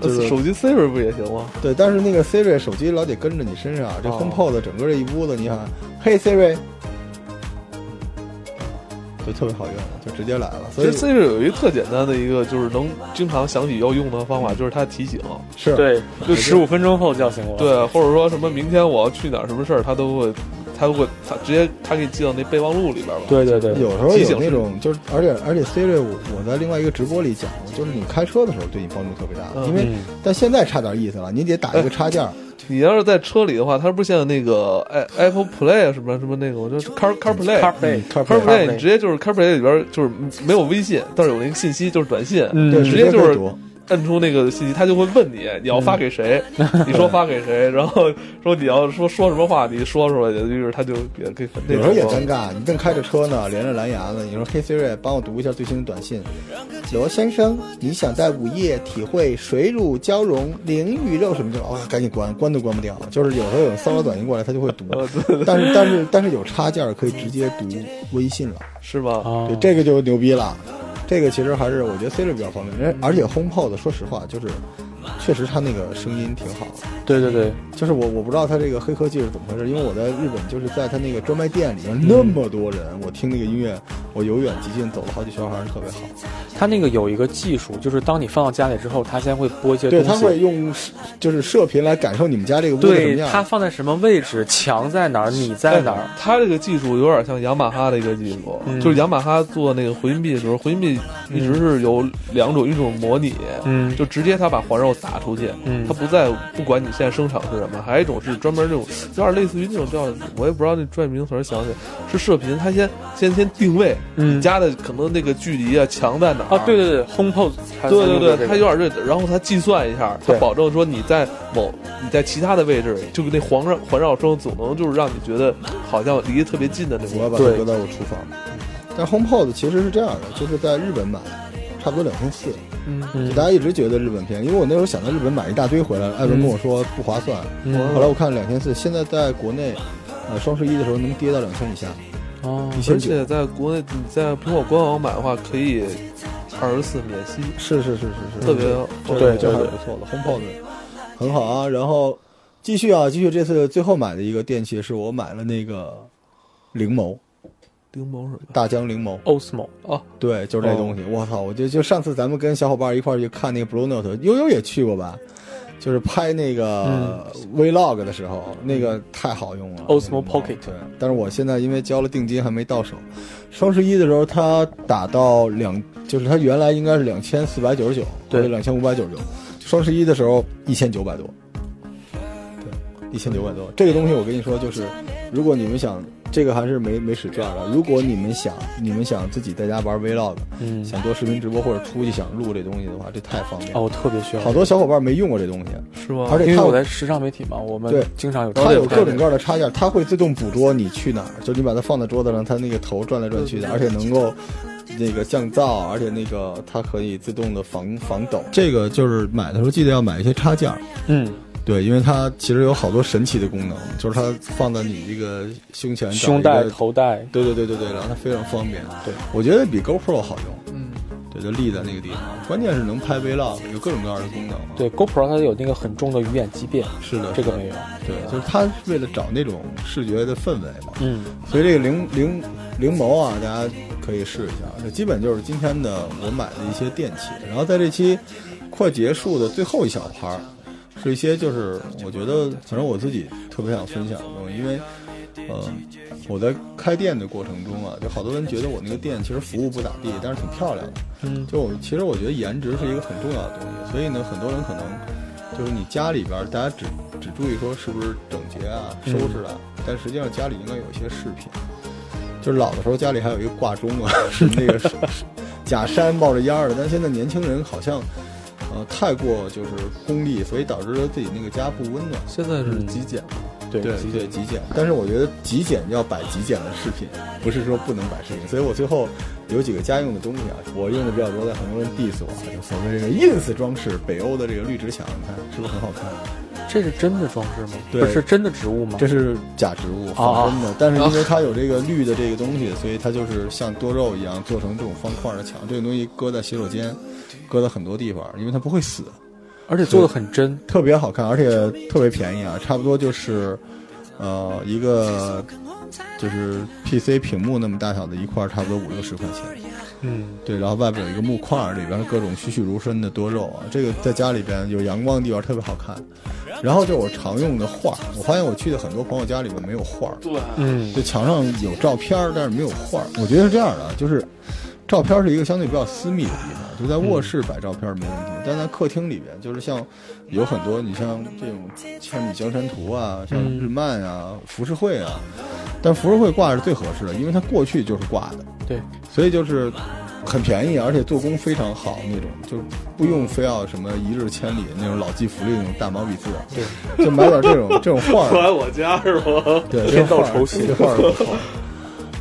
S2: 就是
S3: 呃手机 Siri 不也行吗？
S2: 对，但是那个 Siri 手机老得跟着你身上，这
S4: 哦
S2: HomePod 整个这一屋子，你看，嘿 Siri，就特别好用，就直接来了。
S3: 其
S2: 所以
S3: 实 Siri 有一特简单的一个，就是能经常想起要用的方法，就是它提醒，
S2: 是，
S4: 对，就十五分钟后叫醒我，
S3: 对，或者说什么明天我要去哪儿什么事儿，它都会，它会，它直接它给你记到那备忘录里边吧。
S4: 对对对对，
S2: 有时候
S3: 提
S2: 有
S3: 醒
S2: 那
S3: 是
S2: 种，就是而且而且 Siri，我我在另外一个直播里讲过，就是你开车的时候对你帮助特别大，
S3: 嗯
S2: 因为
S4: 嗯
S2: 但现在差点意思了，你得打一个插件儿，
S3: 你要是在车里的话，它不是现在那个 i Apple Play 啊什么什么那个，我就是 Car
S2: 嗯
S3: CarPlay。
S4: ，CarPlay，
S3: CarPlay，
S4: CarPlay
S3: 你直接就是 CarPlay 里边就是没有微信，但是有那个信息，就是短信，
S4: 嗯
S2: 对，
S3: 直
S2: 直
S3: 接就
S2: 可以
S3: 是
S2: 读
S3: 摁出那个信息，它就会问你你要发给谁，
S4: 嗯
S3: 你说发给谁，然后说你要说说什么话，你说出来，于是它就也给那
S2: 有时候也尴
S3: 种
S2: 尬，你正开着车呢，连着蓝牙呢，你说嘿 Siri，帮我读一下最新的短信。罗先生，你想在午夜体会水乳交融、灵鱼肉什么的，哦，赶紧关，关都关不掉。就是有时候有骚扰短信过来，他就会 读，
S3: 哦
S2: 但是但是但是有插件儿可以直接读微信了。
S3: 是吧？
S4: 哦
S2: 对，这个就牛逼了。这个其实还是我觉得 Siri 比较方便，
S4: 嗯
S2: 人而且 HomePod 说实话就是，确实它那个声音挺好的。
S4: 对对对，
S2: 就是我我不知道它这个黑科技是怎么回事，因为我在日本就是在它那个专卖店里面那么多人，我听那个音乐，我由远及近走了好几圈，还是特别好。
S4: 它那个有一个技术，就是当你放到家里之后，它先会播一些东
S2: 对，
S4: 西。
S2: 它会用视就是射频来感受你们家这个屋子什么
S4: 对
S2: 样。
S4: 它放在什么位置，墙在哪儿，你在哪儿，
S3: 它这个技术有点像雅马哈的一个技术，
S4: 嗯
S3: 就是雅马哈做那个回音壁的时候，回音壁一直是有两种，一种模拟，
S4: 嗯
S3: 就直接它把环绕打出去，
S4: 嗯
S3: 它不在不管你现在声场是什么，还有一种是专门那种有点类似于那种叫我也不知道那专业名词儿想不起来，是射频，它先先先定位你
S4: 嗯
S3: 家的可能那个距离啊墙在哪儿
S4: 啊，对对对，HomePod，它
S3: 对对对，它
S4: 它
S3: 有点这，然后它计算一下，它
S4: 对
S3: 保证说你在某你在其他的位置，就是那环绕环绕声总能就是让你觉得好像离得特别近的那
S2: 我要把
S3: 种。
S2: 它
S4: 对
S2: 搁到我厨房。但 HomePod 其实是这样的，就是在日本买，差不多两千四，
S3: 嗯
S4: 嗯
S2: 就大家一直觉得日本便宜，因为我那时候想在日本买一大堆回来，艾文跟我说不划算。
S4: 嗯
S2: 后来我看两千四，现在在国内，呃，双十一的时候能跌到两千以下，
S4: 哦，
S2: 一千
S3: 而
S2: 九。
S3: 且在国内你在苹果官网买的话，可以二十四免息，
S2: 是是是是
S3: 特别
S2: 这
S4: 对
S2: 这还
S4: 对
S2: 是不错的，HomePod 很好啊。然后继续啊，继续这次最后买的一个电器是我买了那个灵眸，
S3: 灵眸什么
S2: 大疆灵眸。
S4: Osmo
S3: 哦，
S2: 对，就是这东西。我操！我就就上次咱们跟小伙伴一块儿去看那个 Blue Note，悠悠也去过吧？就是拍那
S4: 嗯
S2: 个 Vlog 的时候，那个太好用了。那
S4: Osmo
S2: 个
S4: 嗯 Pocket
S2: 对，但是我现在因为交了定金还没到手。双十一的时候，它打到两，就是它原来应该是两千四百九十九或者
S4: 对
S2: 两千五百九十九，双十一的时候一千九百多。对，一千九百多。这个东西我跟你说，就是如果你们想。这个还是没没使劲儿的。如果你们想，你们想自己在家玩 Vlog，
S4: 嗯，
S2: 想做视频直播或者出去想录这东西的话，这太方便了。
S4: 哦，我特别需要，
S2: 好多小伙伴没用过这东西，
S3: 是吗？
S2: 而且
S4: 因为
S2: 它
S4: 我
S2: 有
S4: 在时尚媒体嘛，我们
S2: 哦对
S4: 经常有
S2: 它有各
S4: 这种
S2: 种各样的插件，它会自动捕捉你去哪儿，就你把它放在桌子上，它那个头转来转去的，而且能够那个降噪，而且那个它可以自动的防防抖。这个就是买的时候记得要买一些插件，
S4: 嗯，
S2: 对，因为它其实有好多神奇的功能，就是它放在你这个胸前
S4: 胸带、头带，
S2: 对对对对对，然后它非常方便。
S4: 对，
S2: 我觉得比 GoPro 好用。
S3: 嗯，
S2: 对，就立在那个地方。关键是能拍 vlog，有各种各样的功能。，
S4: 对 GoPro 它有那个很重的鱼眼畸变，
S2: 是的，
S4: 这
S2: 是
S4: 个
S2: 的
S4: 没有，
S2: 对，就是它是为了找那种视觉的氛围嘛。
S4: 嗯，
S2: 所以这个灵灵灵眸啊，大家可以试一下。这基本就是今天的我买的一些电器。然后在这期快结束的最后一小盘儿，是一些就是呃我觉得，反正我自己特别想分享的东西，因为。呃，我在开店的过程中啊，就好多人觉得我那个店其实服务不咋地，但是挺漂亮的。
S4: 嗯，
S2: 就我们其实我觉得颜值是一个很重要的东西，所以呢，很多人可能就是你家里边儿大家只只注意说是不是整洁啊、收拾啊，但实际上家里应该有一些饰品。就是老的时候家里还有一个挂钟啊，是那个假山冒着烟儿的，但现在年轻人好像呃太过就是功利，所以导致了自己那个家不温暖。
S3: 现在
S2: 嗯
S3: 是极简，
S4: 对
S2: 对对极简，但是我觉得极简要摆极简的饰品，不是说不能摆饰品。所以我最后有几个家用的东西啊，我用的比较多，但很多人 diss 我啊，就所谓这个 ins 装饰，北欧的这个绿植墙，你看是不是很好看？
S4: 这是真的装饰吗？
S2: 对
S4: 不是真的植物吗？
S2: 这是假植物，仿真的，但是因为它有这个绿的这个东西，所以它就是像多肉一样做成这种方块的墙。这个东西搁在洗手间，搁在很多地方，因为它不会死。
S4: 而且做的很真，
S2: 特别好看，而且特别便宜啊，差不多就是，呃，一个就是 PC 屏幕那么大小的一块儿，差不多五六十块钱。
S4: 嗯，
S2: 对，然后外边有一个木块儿，里边是各种栩栩如生的多肉啊，这个在家里边有阳光的地方特别好看。然后就是我常用的画儿，我发现我去的很多朋友家里边没有画儿，
S4: 嗯，
S2: 就墙上有照片儿，但是没有画儿。我觉得是这样的，啊就是照片儿是一个相对比较私密的地方，就在卧室摆照片儿没问题，但在客厅里边，就是像有很多你像这种《千里江山图》啊，像
S4: 嗯
S2: 日漫啊、浮世绘啊，但浮世绘挂是最合适的，因为它过去就是挂的，
S4: 对，
S2: 所以就是很便宜，而且做工非常好那种，就不用非要什么一日千里那种老骥伏枥那种大毛笔字，对，就买点这种这种画 儿。
S3: 我家是吗？
S2: 对，
S4: 天道
S2: 这画儿
S4: 酬勤
S2: 这画儿不错。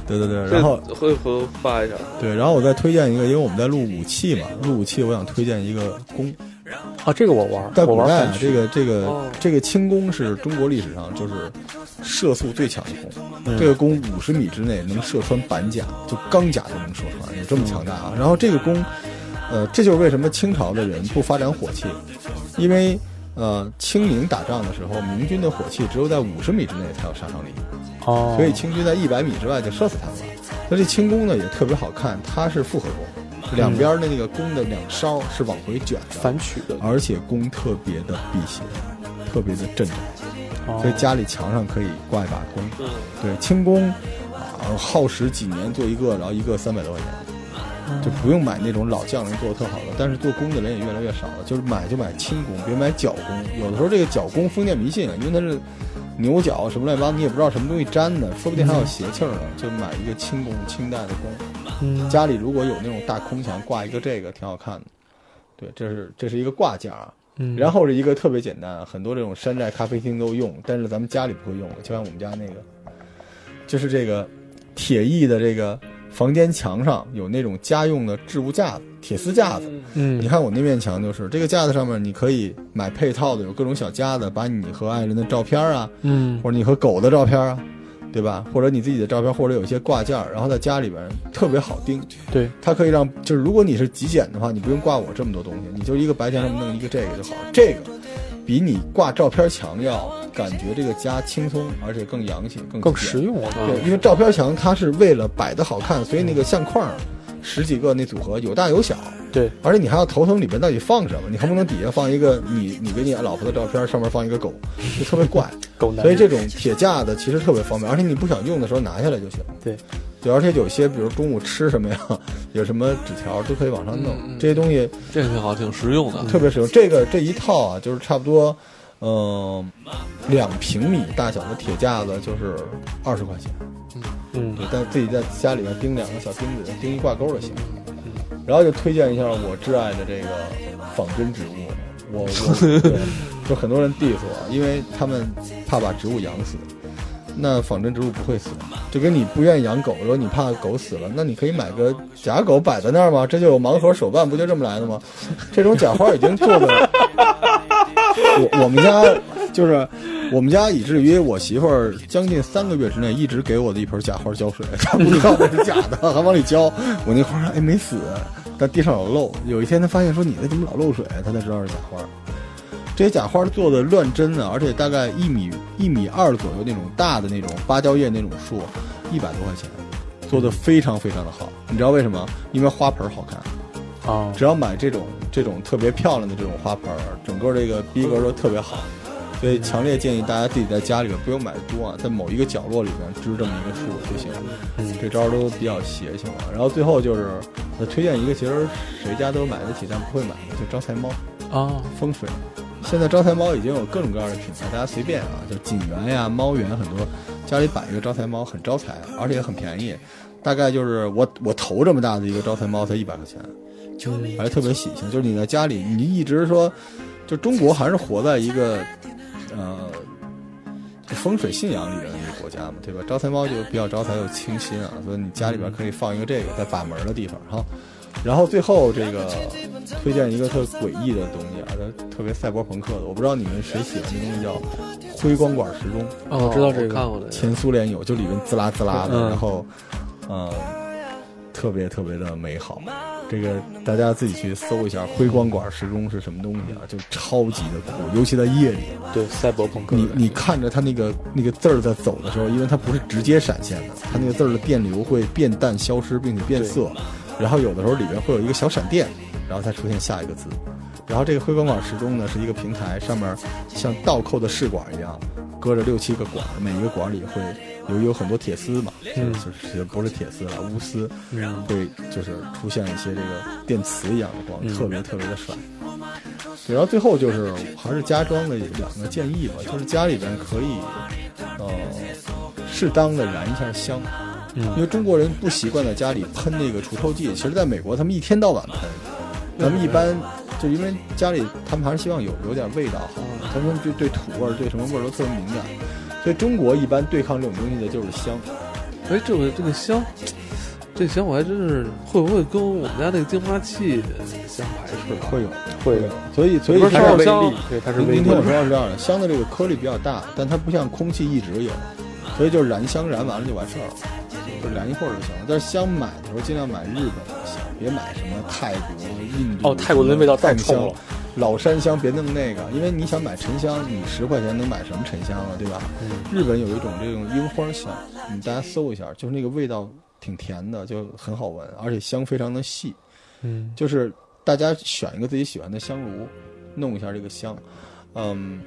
S2: 对对对，然后
S3: 会和发一下，
S2: 对，然后我再推荐一个，因为我们在录武器嘛，录武器，我想推荐一个弓。
S4: 啊，这个我玩
S2: 在
S4: 儿，我
S2: 古
S4: 玩
S2: 代
S4: 儿
S2: 啊
S4: 反，
S2: 这
S4: 曲，
S2: 个这个、
S3: 哦
S2: 这个轻弓是中国历史上就是射速最强的弓，
S4: 嗯
S2: 这个弓五十米之内能射穿板甲，就钢甲都能射穿，有这么强大啊！然后这个弓，呃，这就是为什么清朝的人不发展火器，因为呃，清明打仗的时候，明军的火器只有在五十米之内才有杀伤力。
S4: 哦，
S2: 所以清军在一百米之外就射死他们了。那这轻功呢也特别好看，它是复合弓，两边的那个弓的两梢是往回卷的，
S4: 反曲的，
S2: 而且弓特别的辟邪，特别的镇宅，
S4: 哦
S2: 所以家里墙上可以挂一把弓。
S3: 嗯，
S2: 对，轻功啊，耗时几年做一个，然后一个三百多块钱，就不用买那种老匠人做的特好的，但是做弓的人也越来越少了，就是买就买轻功，别买角弓。有的时候这个角弓封建迷信，啊因为它是牛角啊什么乱七八糟，你也不知道什么东西粘的，说不定还有邪气儿呢。就买一个轻功，清代的弓。
S4: 嗯
S2: 家里如果有那种大空墙，挂一个这个挺好看的。对，这是这是一个挂件啊。
S4: 嗯，
S2: 然后是一个特别简单，很多这种山寨咖啡厅都用，但是咱们家里不会用的，就像我们家那个，就是这个铁艺的这个房间墙上有那种家用的置物架子，铁丝架子。
S4: 嗯
S2: 你看我那面墙就是这个架子上面，你可以买配套的，有各种小夹子，把你和爱人的照片啊，
S4: 嗯
S2: 或者你和狗的照片啊，对吧？或者你自己的照片，或者有一些挂件儿，然后在家里边特别好盯。
S4: 对，
S2: 它可以让就是如果你是极简的话，你不用挂我这么多东西，你就一个白墙上面弄一个这个就好。这个比你挂照片墙要感觉这个家轻松，而且更洋气，更
S4: 更
S2: 极简
S4: 实。用了。
S2: 对，因为照片墙它是为了摆的好看，所以那个相框儿十几个那组合有大有小。
S4: 对，
S2: 而且你还要头疼里边到底放什么，你恨不能底下放一个你你跟你老婆的照片，上面放一个狗，就特别怪。
S4: 狗男
S2: 所以这种铁架子其实特别方便，而且你不想用的时候拿下来就行。
S4: 对，
S2: 对，而且有些比如中午吃什么呀，有什么纸条都可以往上弄，
S3: 嗯嗯
S2: 这些东西
S3: 这个挺好，挺实用的。
S2: 特别实用。这个这一套啊，就是差不多，嗯、两平米大小的铁架子就是二十块钱。
S4: 嗯
S2: 你在自己在家里面钉两个小钉子，钉一挂钩就行。然后就推荐一下我挚爱的这个仿真植物，我我对就很多人 diss 我，因为他们怕把植物养死。那仿真植物不会死，就跟你不愿意养狗，如果你怕狗死了，那你可以买个假狗摆在那儿吗？这就有盲盒手办，不就这么来的吗？这种假花已经做的，我我们家就是我们家以至于我媳妇儿将近三个月之内一直给我的一盆假花浇水， 她不知道那是假的，还往里浇。我那花儿哎没死，但地上有漏。有一天她发现说你那怎么老漏水，啊她才知道是假花。这些假花做的乱真啊的，而且大概一米一米二左右那种大的那种芭蕉叶那种树，一百多块钱，做的非常非常的好。你知道为什么？因为花盆好看。
S4: 啊，
S2: 只要买这种这种特别漂亮的这种花盆儿，整个这个逼格都特别好。所以强烈建议大家自己在家里边不用买的多啊，在某一个角落里边支这么一个树就行。
S4: 嗯
S2: 这招儿都比较邪性啊了。然后最后就是，我推荐一个，其实谁家都买得起，但不会买的，就招财猫
S4: 啊，
S2: 风水。现在招财猫已经有各种各样的品牌，大家随便啊，就锦源呀、猫源很多，家里摆一个招财猫很招财，而且很便宜，大概就是我我头这么大的一个招财猫才一百块钱。还是特别喜庆。就是你在家里，你一直说，就中国还是活在一个呃风水信仰里的一个国家嘛，对吧？招财猫就比较招财又清新啊，所以你家里边可以放一个这个在把门的地方哈。然后最后这个推荐一个特诡异的东西啊，它特别赛博朋克的，我不知道你们谁喜欢这东西叫灰光管时钟。
S3: 哦，
S4: 我知道这个
S3: 看过这个。
S2: 前苏联有，就里面滋啦滋啦的，
S4: 嗯
S2: 然后，呃，特别特别的美好。这个大家自己去搜一下，灰光管时钟是什么东西啊？就超级的酷，尤其在夜里，
S4: 对，赛博朋克的
S2: 你
S4: 感觉，
S2: 你看着它那个那个字儿在走的时候，因为它不是直接闪现的，它那个字儿的电流会变淡、消失，并且变色，然后有的时候里面会有一个小闪电，然后再出现下一个字。然后这个灰光管时钟呢，是一个平台，上面像倒扣的试管一样，搁着六七个管，每一个管里会有有很多铁丝嘛，
S4: 嗯
S2: 就是就是不是铁丝了，钨丝，会就是出现一些这个电磁一样的光，
S4: 嗯
S2: 特别特别的闪。对然后最后就是还是家装的两个建议吧，就是家里边可以呃适当的燃一下香，
S4: 嗯
S2: 因为中国人不习惯在家里喷那个除臭剂，其实在美国他们一天到晚喷，咱们一般就因为家里他们还是希望有有点味道好，
S4: 嗯
S2: 他们就对土味儿对什么味儿都特别敏感，所以中国一般对抗这种东西的就是香。
S3: 哎，这个这个香，这香我还真是会不会跟我们家那个净化器相排斥啊？
S2: 会有
S4: 会有，
S2: 所以所以
S4: 不是
S2: 它
S4: 烧
S2: 是
S4: 烤
S2: 微
S4: 箱
S2: 粒，
S4: 对，它是微
S2: 今
S4: 粒
S2: 天我说到是这样的，香的这个颗粒比较大，但它不像空气一直有，所以就是燃香燃完了就完事儿了，就燃一会儿就行了。但是香买的时候尽量买日本的香，别买什么泰国、印度。
S4: 哦泰国的味道太臭了。
S2: 老山香别弄那个，因为你想买沉香，你十块钱能买什么沉香啊，对吧？
S4: 嗯
S2: 日本有一种这种樱花香，你大家搜一下，就是那个味道挺甜的，就很好闻，而且香非常的细。
S4: 嗯
S2: 就是大家选一个自己喜欢的香炉，弄一下这个香。嗯，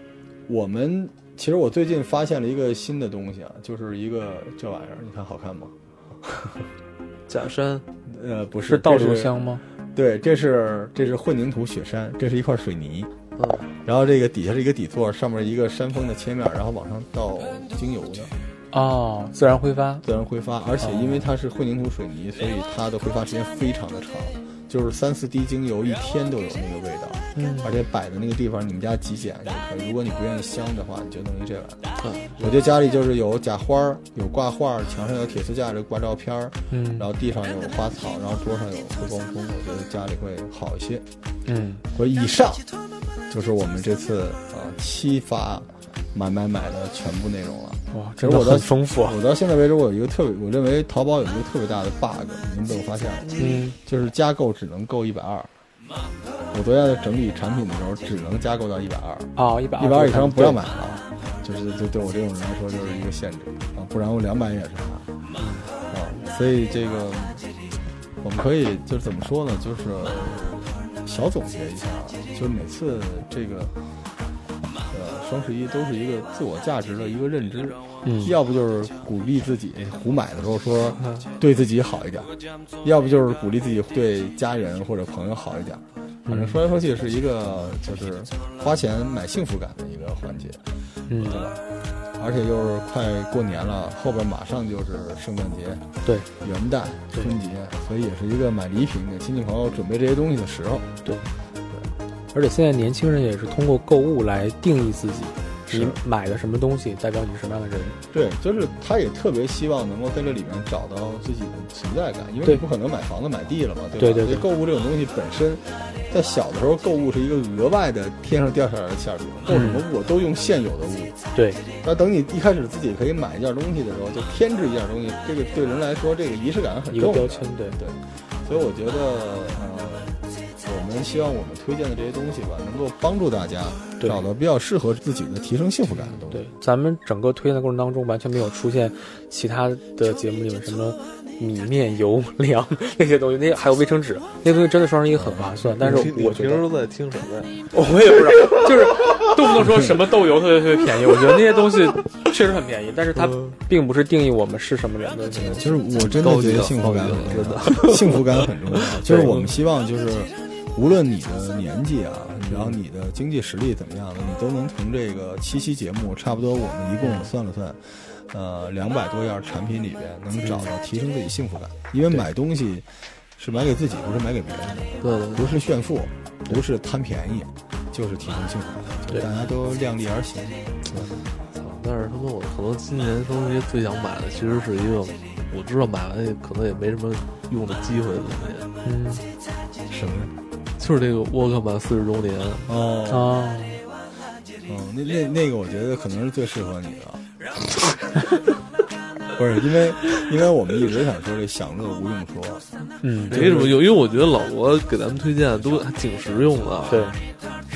S2: 我们其实我最近发现了一个新的东西啊，就是一个这玩意儿，你看好看吗？
S3: 假山，
S2: 呃，不是，
S4: 是倒
S2: 这
S4: 流香吗？
S2: 对，这是这是混凝土雪山，这是一块水泥，
S3: 嗯，
S2: 然后这个底下是一个底座，上面一个山峰的切面，然后往上倒精油的，
S4: 哦，自然挥发，
S2: 自然挥发，而且因为它是混凝土水泥，所以它的挥发时间非常的长，就是三四滴精油一天都有那个味道。
S4: 嗯
S2: 而且摆的那个地方，你们家极简也可以。如果你不愿意香的话，你就弄一这玩意儿。我就家里就是有假花儿，有挂画儿，墙上有铁丝架子挂照片儿，
S4: 嗯
S2: 然后地上有花草，然后桌上有回光灯，我觉得家里会好一些。
S4: 嗯，
S2: 所以以上就是我们这次呃七发买买买的全部内容了。
S4: 哇，
S2: 其实
S4: 真的
S2: 我到
S4: 很丰富啊。
S2: 我到现在为止，我有一个特别，我认为淘宝有一个特别大的 bug，你们有没有发现？
S4: 嗯，
S2: 就是加购只能够一百二。我昨天在整理产品的时候，只能加购到一百二，
S4: 啊，一百
S2: 一百二以上不让买了。就是对对我这种人来说，就是一个限制啊，不然我两百也是他啊。所以这个我们可以就是怎么说呢？就是小总结一下，啊，就是每次这个呃双十一都是一个自我价值的一个认知。
S4: 嗯
S2: 要不就是鼓励自己胡买的时候说对自己好一点，要不就是鼓励自己对家人或者朋友好一点。反正说来说去是一个就是花钱买幸福感的一个环节，
S4: 嗯
S2: 对，吧？而且又是快过年了，后边马上就是圣诞节、
S4: 对
S2: 元旦、
S4: 对
S2: 春节，所以也是一个买礼品给亲戚朋友准备这些东西的时候。
S4: 对，而且现在年轻人也是通过购物来定义自己，你
S2: 是
S4: 买的什么东西代表你是什么样的人。
S2: 对，就是他也特别希望能够在这里面找到自己的存在感，因为
S4: 对
S2: 你不可能买房子买地了嘛，对吧？
S4: 对对
S2: 所以
S4: 对
S2: 购物这种东西本身，在小的时候购物是一个额外的天上掉下来的馅儿饼，购什么
S4: 嗯
S2: 物我都用现有的物。
S4: 对，
S2: 那等你一开始自己可以买一件东西的时候，就添置一件东西，这个对人来说，这个仪式感很
S4: 一个
S2: 重要
S4: 标
S2: 的。
S4: 签，对，
S2: 对，所以我觉得，呃，我们希望我们推荐的这些东西吧，能够帮助大家
S4: 对
S2: 找到比较适合自己的提升幸福感的东西
S4: 对。，咱们整个推荐的过程当中，完全没有出现其他的节目里面什么米面油粮那些东西，那些还有卫生纸，那些东西真的双十一很划算。但是
S3: 你
S4: 我
S3: 你
S4: 觉
S3: 平
S4: 得
S3: 时都在听什么呀？
S4: 我也不知道，就是动不动说什么豆油特别特别便宜，我觉得那些东西确实很便宜，但是它并不是定义我们是什么人的那种。
S2: 其实我真的觉得幸福感很重要，幸福感很重要。就是我们希望，就是无论你的年纪啊，然后你的经济实力怎么样的，你都能从这个七期节目，差不多我们一共算了算，呃，两百多样产品里边，能找到提升自己幸福感。因为买东西是买给自己，不是买给别人的，
S4: 对对
S2: 不是炫富，不是贪便宜，就是提升幸福感。就
S4: 对
S2: 大家都量力而行。
S3: 操！但是他妈，我可能今年双十一最想买的其实是一个我知道买完也可能也没什么用的机会的东西，
S4: 嗯
S2: 什么？
S3: 就是这个沃克曼四十周年。
S2: 哦
S4: 啊，
S2: 嗯，那那那个，我觉得可能是最适合你的。 不是因为，因为我们一直想说这享乐无用说，
S4: 嗯，
S3: 没什么用，因为我觉得老罗给咱们推荐都还挺实用的，啊
S4: 对，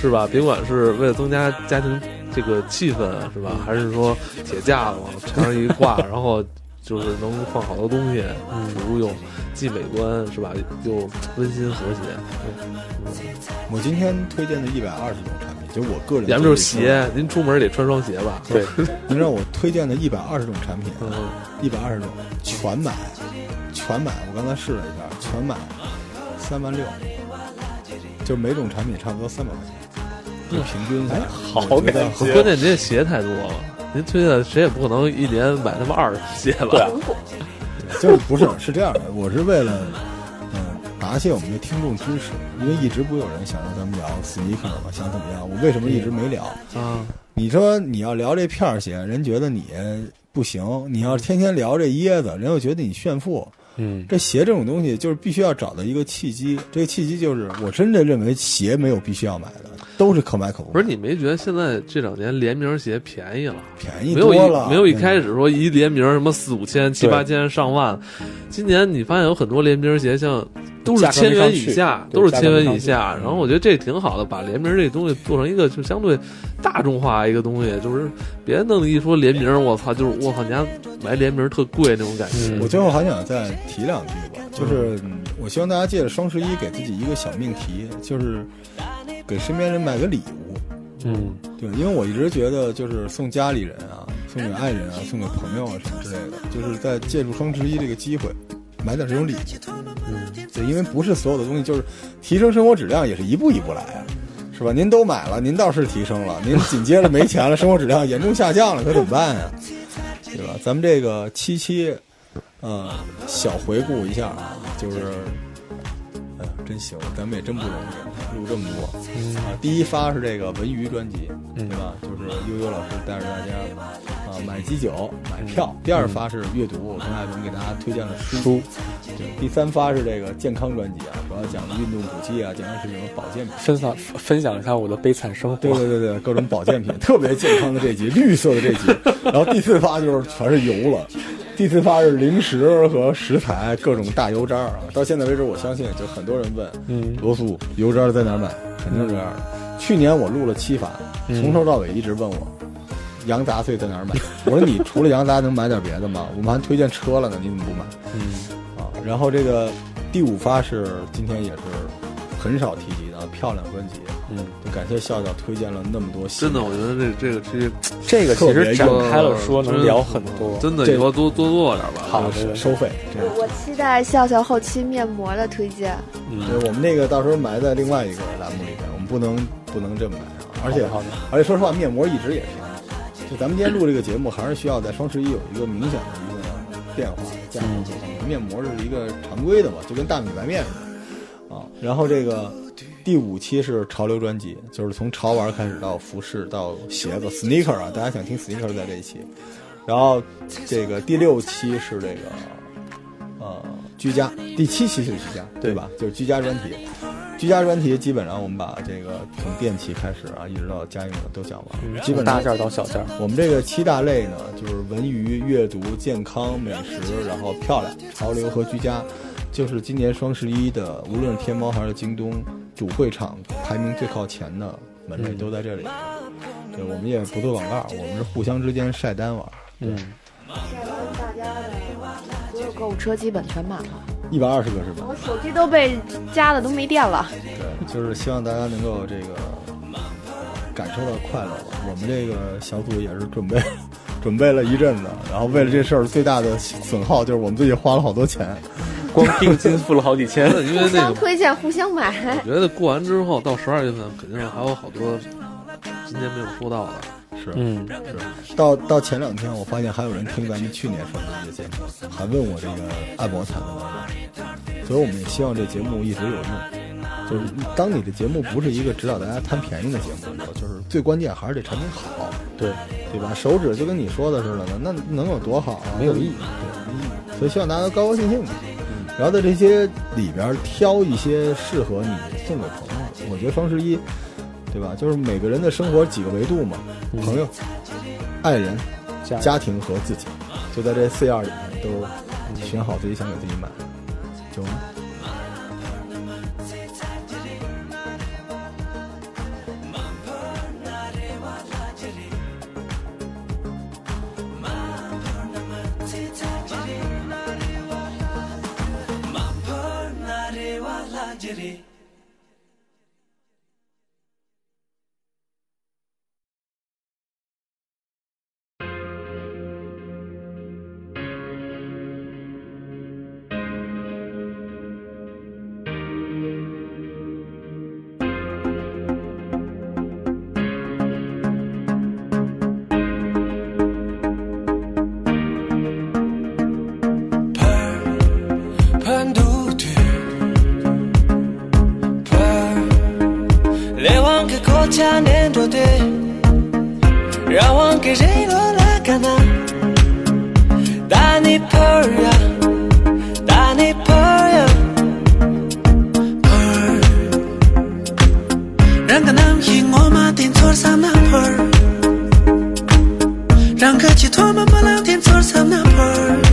S3: 是吧？别管是为了增加家庭这个气氛，是吧？还是说铁架子往墙上一挂，然后就是能放好多东西，实用，既美观，是吧？又温馨和谐。
S2: 我今天推荐的一百二十种产品，就我个人，
S3: 要么就是，鞋，您出门得穿双鞋吧？
S4: 对，
S2: 能让我推荐的一百二十种产品，
S3: 嗯，
S2: 一百二十种全买，全买，我刚才试了一下，全买三万六，就每种产品差不多三百块钱，就平均下来，好感觉
S3: 关键您这鞋太多了。您推荐的谁也不可能一年买他妈二十 鞋吧？
S2: 就是不是是这样的，我是为了嗯答谢我们的听众支持，因为一直不有人想让咱们聊 sneaker 嘛，想怎么样？我为什么一直没聊？
S3: 啊，
S2: 你说你要聊这片儿鞋，人觉得你不行；你要天天聊这椰子，人又觉得你炫富。
S4: 嗯
S2: 这鞋这种东西，就是必须要找到一个契机，这个契机就是我真的认为鞋没有必须要买的，都是可买可不买。
S3: 不是你没觉得现在这两年联名鞋便宜了？
S2: 便宜
S3: 没有
S2: 多
S3: 一
S2: 了，
S3: 没有一
S2: 嗯
S3: 开始说一联名什么四五千、七八千、上万，今年你发现有很多联名鞋，像都是
S4: 价格
S3: 千
S4: 没上
S3: 元
S4: 去
S3: 以下，
S4: 对
S3: 都是
S4: 价格
S3: 千
S4: 没
S3: 元
S4: 上
S3: 以
S4: 去
S3: 下。然后我觉得这挺好的，把联名这东西做成一个就相对大众化一个东西，就是别弄一说联名，我操，就是我靠，人家买联名特贵那种感觉。
S4: 嗯
S2: 我最后还想再提两句吧，就是嗯我希望大家借着双十一给自己一个小命题，就是给身边人买个礼物。
S4: 嗯
S2: 对，因为我一直觉得就是送家里人啊，送给爱人啊，送给朋友啊什么之类的，就是在借助双十一这个机会。买点这种礼物，嗯对，因为不是所有的东西就是提升生活质量，也是一步一步来啊，是吧？您都买了，您倒是提升了，您紧接着没钱了，生活质量严重下降了，可怎么办呀、对吧？咱们这个七期，呃，小回顾一下啊，就是，呃，真行，咱们也真不容易，录这么多
S4: 嗯
S2: 啊！第一发是这个文娱专辑，
S4: 嗯
S2: 对吧？就是悠悠老师带着大家啊买基酒、买票。第二发是阅读，我跟艾文给大家推荐了嗯书。对，第三发是这个健康专辑啊，主要讲运动补剂啊、健康食品和保健品。
S4: 分享分享一下我的悲惨生活。
S2: 对对对对，各种保健品，特别健康的这 集，绿色的这集。然后第四发就是全是油了，第四发是零食和食材，各种大油渣儿啊。到现在为止，我相信就很多人问，
S4: 嗯
S2: 罗素油渣儿在哪儿买？肯定是这样的。去年我录了七发，
S4: 嗯
S2: 从头到尾一直问我。羊杂碎在哪儿买？我说你除了羊杂能买点别的吗？我们还推荐车了呢，你怎么不买？
S4: 嗯
S2: 啊，然后这个第五发是今天也是很少提及的漂亮专辑，啊
S4: 嗯，
S2: 就感谢笑笑推荐了那么多新
S3: 真的，我觉得这这个其实
S4: 这个其实展开了说
S3: 真
S4: 能聊很多。
S3: 真的
S2: 这
S3: 以后多多做点吧。
S4: 好
S2: 收收费，这个
S5: 我期待笑笑后期面膜的推荐。
S2: 对我们那个到时候埋在另外一个栏目里面，我们不能不能这么埋啊。而且
S4: 好的好的
S2: 而且说实话，面膜一直也是，就咱们今天录这个节目，还是需要在双十一有一个明显的一个变化价格走向。面膜是一个常规的嘛，就跟大米白面似的啊。然后这个第五期是潮流专辑，就是从潮玩开始到服饰到鞋子 sneaker 啊，大家想听 sneaker 在这一期。然后这个第六期是这个呃居家，第七期是居家，对吧？就是居家专题。居家专题基本上我们把这个从电器开始啊，一直到家用的都讲完了。基
S4: 从
S2: 本
S4: 大
S2: 上
S4: 件儿到小件儿，
S2: 我们这个七大类呢，就是文娱、阅读、健康、美食，然后漂亮、潮流和居家，就是今年双十一的，无论是天猫还是京东主会场排名最靠前的门类都在这里。对，我们也不做广告，我们是互相之间晒单玩儿。
S4: 嗯，
S5: 大家的所有购物车基本全满了，
S2: 一百二十个是吧？
S5: 我手机都被夹的都没电了。
S2: 对，就是希望大家能够这个感受到快乐吧。我们这个小组也是准备 准备了一阵子，然后为了这事儿，最大的损耗就是我们自己花了好多钱。
S4: 光定金付了好几千
S3: 真。的，因为那
S5: 相
S3: 个
S5: 推荐，互相买。
S3: 我觉得过完之后到十二月份，肯定是还有好多今年没有说到的。
S2: 是，
S4: 嗯，
S2: 到到前两天，我发现还有人听咱们去年双十一的节目，还问我这个按摩惨的玩意所以我们也希望这节目一直有用。就是当你的节目不是一个指导大家贪便宜的节目的时候，就是最关键还是这产品好。
S4: 对，
S2: 对吧？手指就跟你说的似的呢，那能有多好啊？
S4: 没有意义
S2: 对，所以希望大家都高高兴兴的。然后在这些里边儿挑一些适合你送给朋友的。我觉得双十一，对吧？就是每个人的生活几个维度嘛，朋友、爱人、
S4: 嗯家
S2: 家庭和自己，就在这四样里面都选好自己想给自己买，行吗？
S1: Jiri. 반도돼 레왕 그 고차 낸도돼 라왕 그 제일 올라가나 다니 펄야 다니 펄야 랑가남 힝오마 딘솔삼나 펄랑 같이 토마 발랑 딘솔삼나 펄